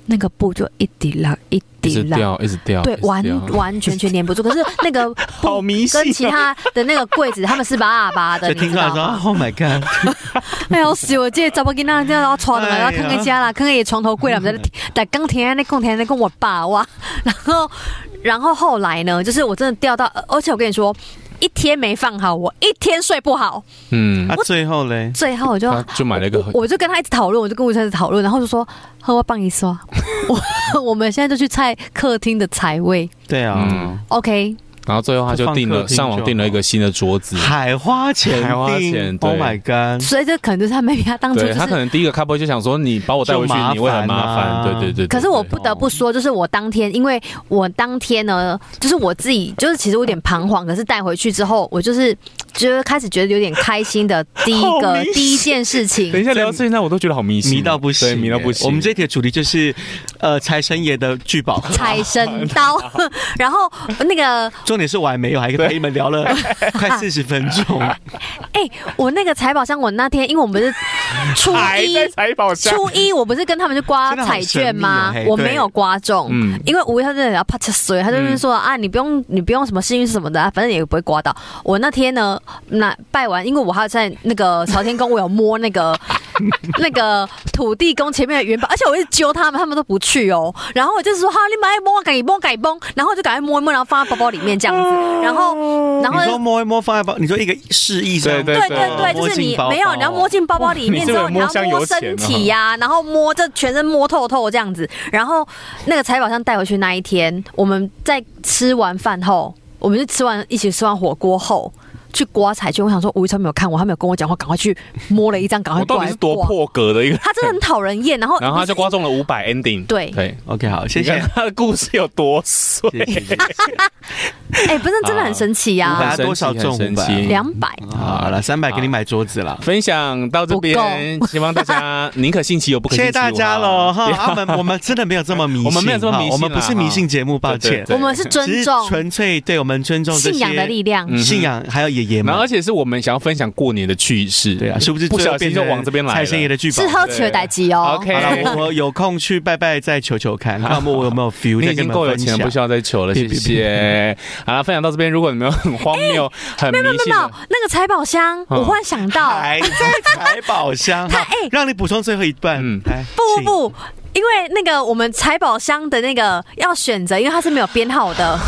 [SPEAKER 1] 那个布就一滴啦一
[SPEAKER 2] 一直
[SPEAKER 1] 滴啦，
[SPEAKER 2] 掉一直掉，
[SPEAKER 1] 对
[SPEAKER 2] 一，直
[SPEAKER 1] 完
[SPEAKER 2] 掉
[SPEAKER 1] 完全全粘不住。可是那个
[SPEAKER 2] 好
[SPEAKER 1] 布
[SPEAKER 2] 迷信
[SPEAKER 1] 跟其他的那个柜子，他们是拔啊拔的，
[SPEAKER 3] 所以
[SPEAKER 1] 你
[SPEAKER 3] 啊听
[SPEAKER 1] 知
[SPEAKER 3] 出 来
[SPEAKER 1] 道
[SPEAKER 3] 说
[SPEAKER 1] 吗？
[SPEAKER 3] ，Oh my God，
[SPEAKER 1] 哎呦，是我这查某囡仔这样穿的嘛，
[SPEAKER 3] 哎呀
[SPEAKER 1] 然后看看家啦，看看伊床头柜啦，不知道在在刚听那讲听那跟我爸哇，然后然后后来呢，就是我真的掉到，而且我跟你说。一天没放好，我一天睡不好。
[SPEAKER 2] 嗯
[SPEAKER 3] 那、，啊最后嘞，
[SPEAKER 1] 最后我就
[SPEAKER 2] 她就买了一个
[SPEAKER 1] 我我就跟他一直讨论，我就跟吴先生讨论，然后就说：“呵，我帮你 说，我我们现在就去菜客厅的财位
[SPEAKER 3] 对啊，
[SPEAKER 2] 嗯，
[SPEAKER 1] ，OK，
[SPEAKER 2] 然后最后她就订
[SPEAKER 3] 就放客
[SPEAKER 2] 了
[SPEAKER 3] 厅
[SPEAKER 2] 上网
[SPEAKER 3] 就
[SPEAKER 2] 订了一个新的桌子，
[SPEAKER 3] 海花钱
[SPEAKER 2] 海花钱
[SPEAKER 3] ，Oh
[SPEAKER 2] 对
[SPEAKER 3] my God，
[SPEAKER 1] 所以这可能就是他妹妹他当初就
[SPEAKER 2] 对她可
[SPEAKER 1] 是。”
[SPEAKER 2] 能第一个开播就想说你把我带回去
[SPEAKER 3] 就麻烦啊
[SPEAKER 2] 你会很麻烦，对对对，对哦
[SPEAKER 1] 可是我
[SPEAKER 2] 对
[SPEAKER 1] 不得不说，就是我当天，因为我当天呢，就是我自己，就是其实我有点彷徨。可是带回去之后，我就是觉得开始觉得有点开心的第一
[SPEAKER 2] 好
[SPEAKER 1] 个
[SPEAKER 2] 迷信
[SPEAKER 1] 第一件事情
[SPEAKER 2] 等，一下聊到现在我都觉得好迷信，
[SPEAKER 3] 迷到不行、
[SPEAKER 2] 对迷到不行。欸
[SPEAKER 3] 我 们这题的主题就是，呃，财神爷的聚宝，
[SPEAKER 1] 财神刀。 然后那个
[SPEAKER 3] 重点是我还没有，还陪你们 聊了快四十分钟。
[SPEAKER 1] 哎、我那个财宝箱，我那天因为我们是初
[SPEAKER 2] 还
[SPEAKER 1] 一
[SPEAKER 2] 在财宝 箱。
[SPEAKER 1] 初一我不是跟他们去刮
[SPEAKER 3] 真的好
[SPEAKER 1] 彩券吗
[SPEAKER 3] 神秘哦？嘿
[SPEAKER 1] 我
[SPEAKER 3] 对
[SPEAKER 1] 没有刮中，
[SPEAKER 2] 嗯
[SPEAKER 1] 因为五一他真的要啪嚓水，他就是说、啊，你不用你不用什么幸运什么的、啊，反正也不会刮到。我那天呢，那拜完，因为我还有在那个朝天宫，我有摸那 个那个土地公前面的元宝，而且我一直揪他们，他们都不去哦。然后我就是说，哈、你买摸，赶紧摸，赶紧摸，然后我就赶快摸一摸，然后放在包包里面这样子，然后然后
[SPEAKER 3] 你说摸一摸放在包，你说一个示意这样
[SPEAKER 2] 对
[SPEAKER 1] 对对对，就是你没有，你要摸进包包里面之后，
[SPEAKER 2] 哇
[SPEAKER 1] 你
[SPEAKER 2] 你
[SPEAKER 1] 要
[SPEAKER 2] 是不是
[SPEAKER 1] 摸身
[SPEAKER 2] 啊
[SPEAKER 1] 体呀、然后摸这全身摸透透这样子。然后那个财宝箱带回去那一天，我们在吃完饭后，我们就吃完一起吃完火锅后。去刮彩券，我想说吴宇超没有看我，他没有跟我讲话，赶快去摸了一张，赶快
[SPEAKER 2] 我到
[SPEAKER 1] 过
[SPEAKER 2] 底
[SPEAKER 1] 来
[SPEAKER 2] 是多
[SPEAKER 1] 刮。
[SPEAKER 2] 破格的一个？
[SPEAKER 1] 他真的很讨人厌，然后
[SPEAKER 2] 然后他就
[SPEAKER 1] 不是
[SPEAKER 2] 刮中了五百 ending。
[SPEAKER 1] 对
[SPEAKER 2] 对，
[SPEAKER 3] OK，好，谢
[SPEAKER 2] 你看
[SPEAKER 3] 谢。
[SPEAKER 2] 他的故事有多碎。
[SPEAKER 3] 谢谢谢谢
[SPEAKER 1] 哎、不是真的很神奇呀、
[SPEAKER 3] 啊多少中
[SPEAKER 2] 很神奇
[SPEAKER 3] 500
[SPEAKER 2] 很神奇
[SPEAKER 1] 两百、
[SPEAKER 2] 嗯
[SPEAKER 3] 好了，三百给你买桌子了。
[SPEAKER 2] 分享到这边，希望大家宁可信其有，不可
[SPEAKER 3] 谢
[SPEAKER 2] 信
[SPEAKER 3] 谢
[SPEAKER 2] 其无啊
[SPEAKER 3] 大家喽哈！啊我 们我们真的没有这么迷信，
[SPEAKER 2] 我们没有这么迷信
[SPEAKER 3] 哈我们不是迷信节目，抱
[SPEAKER 2] 对对
[SPEAKER 3] 歉
[SPEAKER 2] 对，
[SPEAKER 1] 我们是
[SPEAKER 3] 只
[SPEAKER 1] 尊
[SPEAKER 3] 是
[SPEAKER 1] 重
[SPEAKER 3] 纯粹对我们尊重这
[SPEAKER 1] 信仰的力
[SPEAKER 3] 些
[SPEAKER 1] 量。
[SPEAKER 2] 嗯
[SPEAKER 3] 信仰，还有爷爷
[SPEAKER 2] 然后，
[SPEAKER 3] 们
[SPEAKER 2] 而。且是我们想要分享过年的趣事，
[SPEAKER 3] 对啊，是不是
[SPEAKER 2] 不
[SPEAKER 3] 最后
[SPEAKER 2] 小心
[SPEAKER 3] 变
[SPEAKER 2] 就
[SPEAKER 3] 成
[SPEAKER 2] 往这边来
[SPEAKER 3] 蔡生爷
[SPEAKER 2] 了？
[SPEAKER 3] 的剧
[SPEAKER 1] 是
[SPEAKER 3] 本？
[SPEAKER 1] 喝起了代机哦。
[SPEAKER 2] OK
[SPEAKER 3] 好了，我我有空去拜拜，再求求 看，看我有没有 feel，
[SPEAKER 2] 你
[SPEAKER 3] 再
[SPEAKER 2] 已
[SPEAKER 3] 跟
[SPEAKER 2] 经
[SPEAKER 3] 你
[SPEAKER 2] 够
[SPEAKER 3] 们
[SPEAKER 2] 有
[SPEAKER 3] 分
[SPEAKER 2] 钱了，不需
[SPEAKER 3] 享。
[SPEAKER 2] 要再求了，谢
[SPEAKER 3] 别别
[SPEAKER 2] 谢。好了，分享到这边，如果你们有很荒谬、很
[SPEAKER 1] 没
[SPEAKER 2] 迷
[SPEAKER 1] 有没有
[SPEAKER 2] 信
[SPEAKER 1] 没有
[SPEAKER 2] 的，，嗯
[SPEAKER 1] 那个财宝箱，我忽然想到，
[SPEAKER 3] 还在哎财宝箱，
[SPEAKER 1] 他
[SPEAKER 3] 好
[SPEAKER 1] 哎
[SPEAKER 3] 让你补充最后一段。哎
[SPEAKER 2] 嗯
[SPEAKER 3] 来
[SPEAKER 1] 不
[SPEAKER 3] 请
[SPEAKER 1] 不不，因为那个我们财宝箱的那个要选择，因为它是没有编号 的。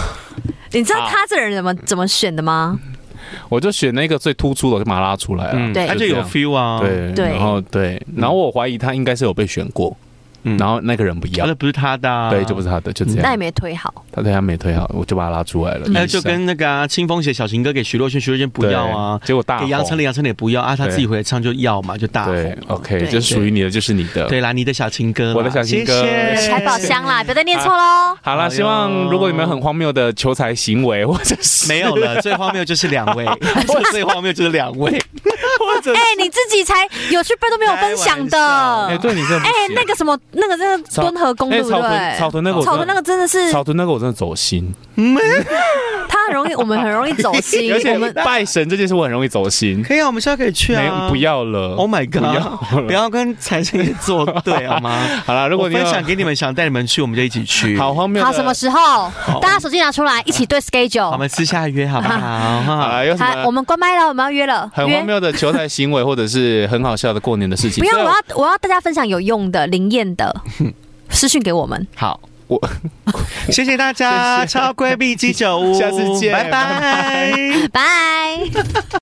[SPEAKER 1] 你知道他这人怎么怎么选的吗？
[SPEAKER 2] 啊我就选那个最突出的，我就把它拉出来了。
[SPEAKER 1] 对
[SPEAKER 3] 嗯他就有 feel 啊。，
[SPEAKER 2] 对
[SPEAKER 1] 对
[SPEAKER 2] 然后对，然后我怀疑他应该是有被选过，
[SPEAKER 3] 嗯
[SPEAKER 2] 然后那个人不要
[SPEAKER 3] 那，不是他的啊，
[SPEAKER 2] 对，就不是他的，就这
[SPEAKER 1] 那也
[SPEAKER 2] 样。
[SPEAKER 1] 没推好。
[SPEAKER 2] 他对他没推好，我就把他拉出来了。
[SPEAKER 3] 还有就跟那个啊清风写小情歌给徐若瑄，徐若瑄不要啊
[SPEAKER 2] 对，结果大
[SPEAKER 3] 给杨丞琳，杨丞琳也不要啊，他
[SPEAKER 2] 对
[SPEAKER 3] 自己回来唱就要嘛，就大
[SPEAKER 2] 对
[SPEAKER 3] 红。
[SPEAKER 2] ，OK，
[SPEAKER 1] 对
[SPEAKER 2] 就是属于你的就是你的。
[SPEAKER 3] 啊哦对啦，你的小情歌啦，
[SPEAKER 2] 我的小情歌
[SPEAKER 3] 谢谢
[SPEAKER 1] 财宝箱啦，不要再念错喽。
[SPEAKER 2] 好
[SPEAKER 3] 哎
[SPEAKER 2] 啦，
[SPEAKER 3] 呦
[SPEAKER 2] 希望如果你们很荒谬的求财行为，或者是
[SPEAKER 3] 没有，了，最荒谬就是两 位，最荒谬就是两位，
[SPEAKER 2] 或者
[SPEAKER 1] 哎、
[SPEAKER 2] 是
[SPEAKER 1] 你自己才有去拜都没有分享的。
[SPEAKER 2] 哎，对你真的不
[SPEAKER 1] 哎、
[SPEAKER 2] 行
[SPEAKER 1] 那个什么，那个真的
[SPEAKER 2] 草
[SPEAKER 1] 敦和宫
[SPEAKER 2] 哎
[SPEAKER 1] 对不对
[SPEAKER 2] 草屯？草屯那个我
[SPEAKER 1] 草屯那个真的 是，
[SPEAKER 2] 草屯那个我真的走心，
[SPEAKER 3] 嗯
[SPEAKER 1] 他很容 易，我们很容易走心。
[SPEAKER 2] 而
[SPEAKER 1] 我
[SPEAKER 2] 且
[SPEAKER 1] 们
[SPEAKER 2] 拜神这件事我很容易走心。
[SPEAKER 3] 可以啊，我们现在可以去
[SPEAKER 2] 没
[SPEAKER 3] 啊，
[SPEAKER 2] 不。要了
[SPEAKER 3] Oh my
[SPEAKER 2] 不
[SPEAKER 3] god！不
[SPEAKER 2] 要了。
[SPEAKER 3] 要跟财神爷作对好吗？
[SPEAKER 2] 好 啦，如
[SPEAKER 3] 我
[SPEAKER 2] 果你有
[SPEAKER 3] 分享给你们，想带你们去，我们就一起 去。
[SPEAKER 2] 好，荒谬的，
[SPEAKER 1] 好，什么时候？大家手机拿出来，一起对 schedule。
[SPEAKER 3] 我们私下约好不好？
[SPEAKER 2] 好
[SPEAKER 3] 哈
[SPEAKER 2] 啦，有什
[SPEAKER 1] 好，我
[SPEAKER 2] 么
[SPEAKER 1] 们关麦了，我们要约了。
[SPEAKER 2] 很
[SPEAKER 1] 约
[SPEAKER 2] 荒。谬的求财行为，或者是很好笑的过年的事
[SPEAKER 1] 不
[SPEAKER 2] 情？
[SPEAKER 1] 要，
[SPEAKER 2] 虽
[SPEAKER 1] 我
[SPEAKER 2] 然
[SPEAKER 1] 要我要大家分享有用的、灵验 的，私讯给我们。
[SPEAKER 3] 好，
[SPEAKER 2] 我
[SPEAKER 3] 谢 谢大家，超闺蜜鸡酒屋，
[SPEAKER 2] 下次见
[SPEAKER 3] 拜
[SPEAKER 2] 拜
[SPEAKER 3] 拜。
[SPEAKER 1] 拜。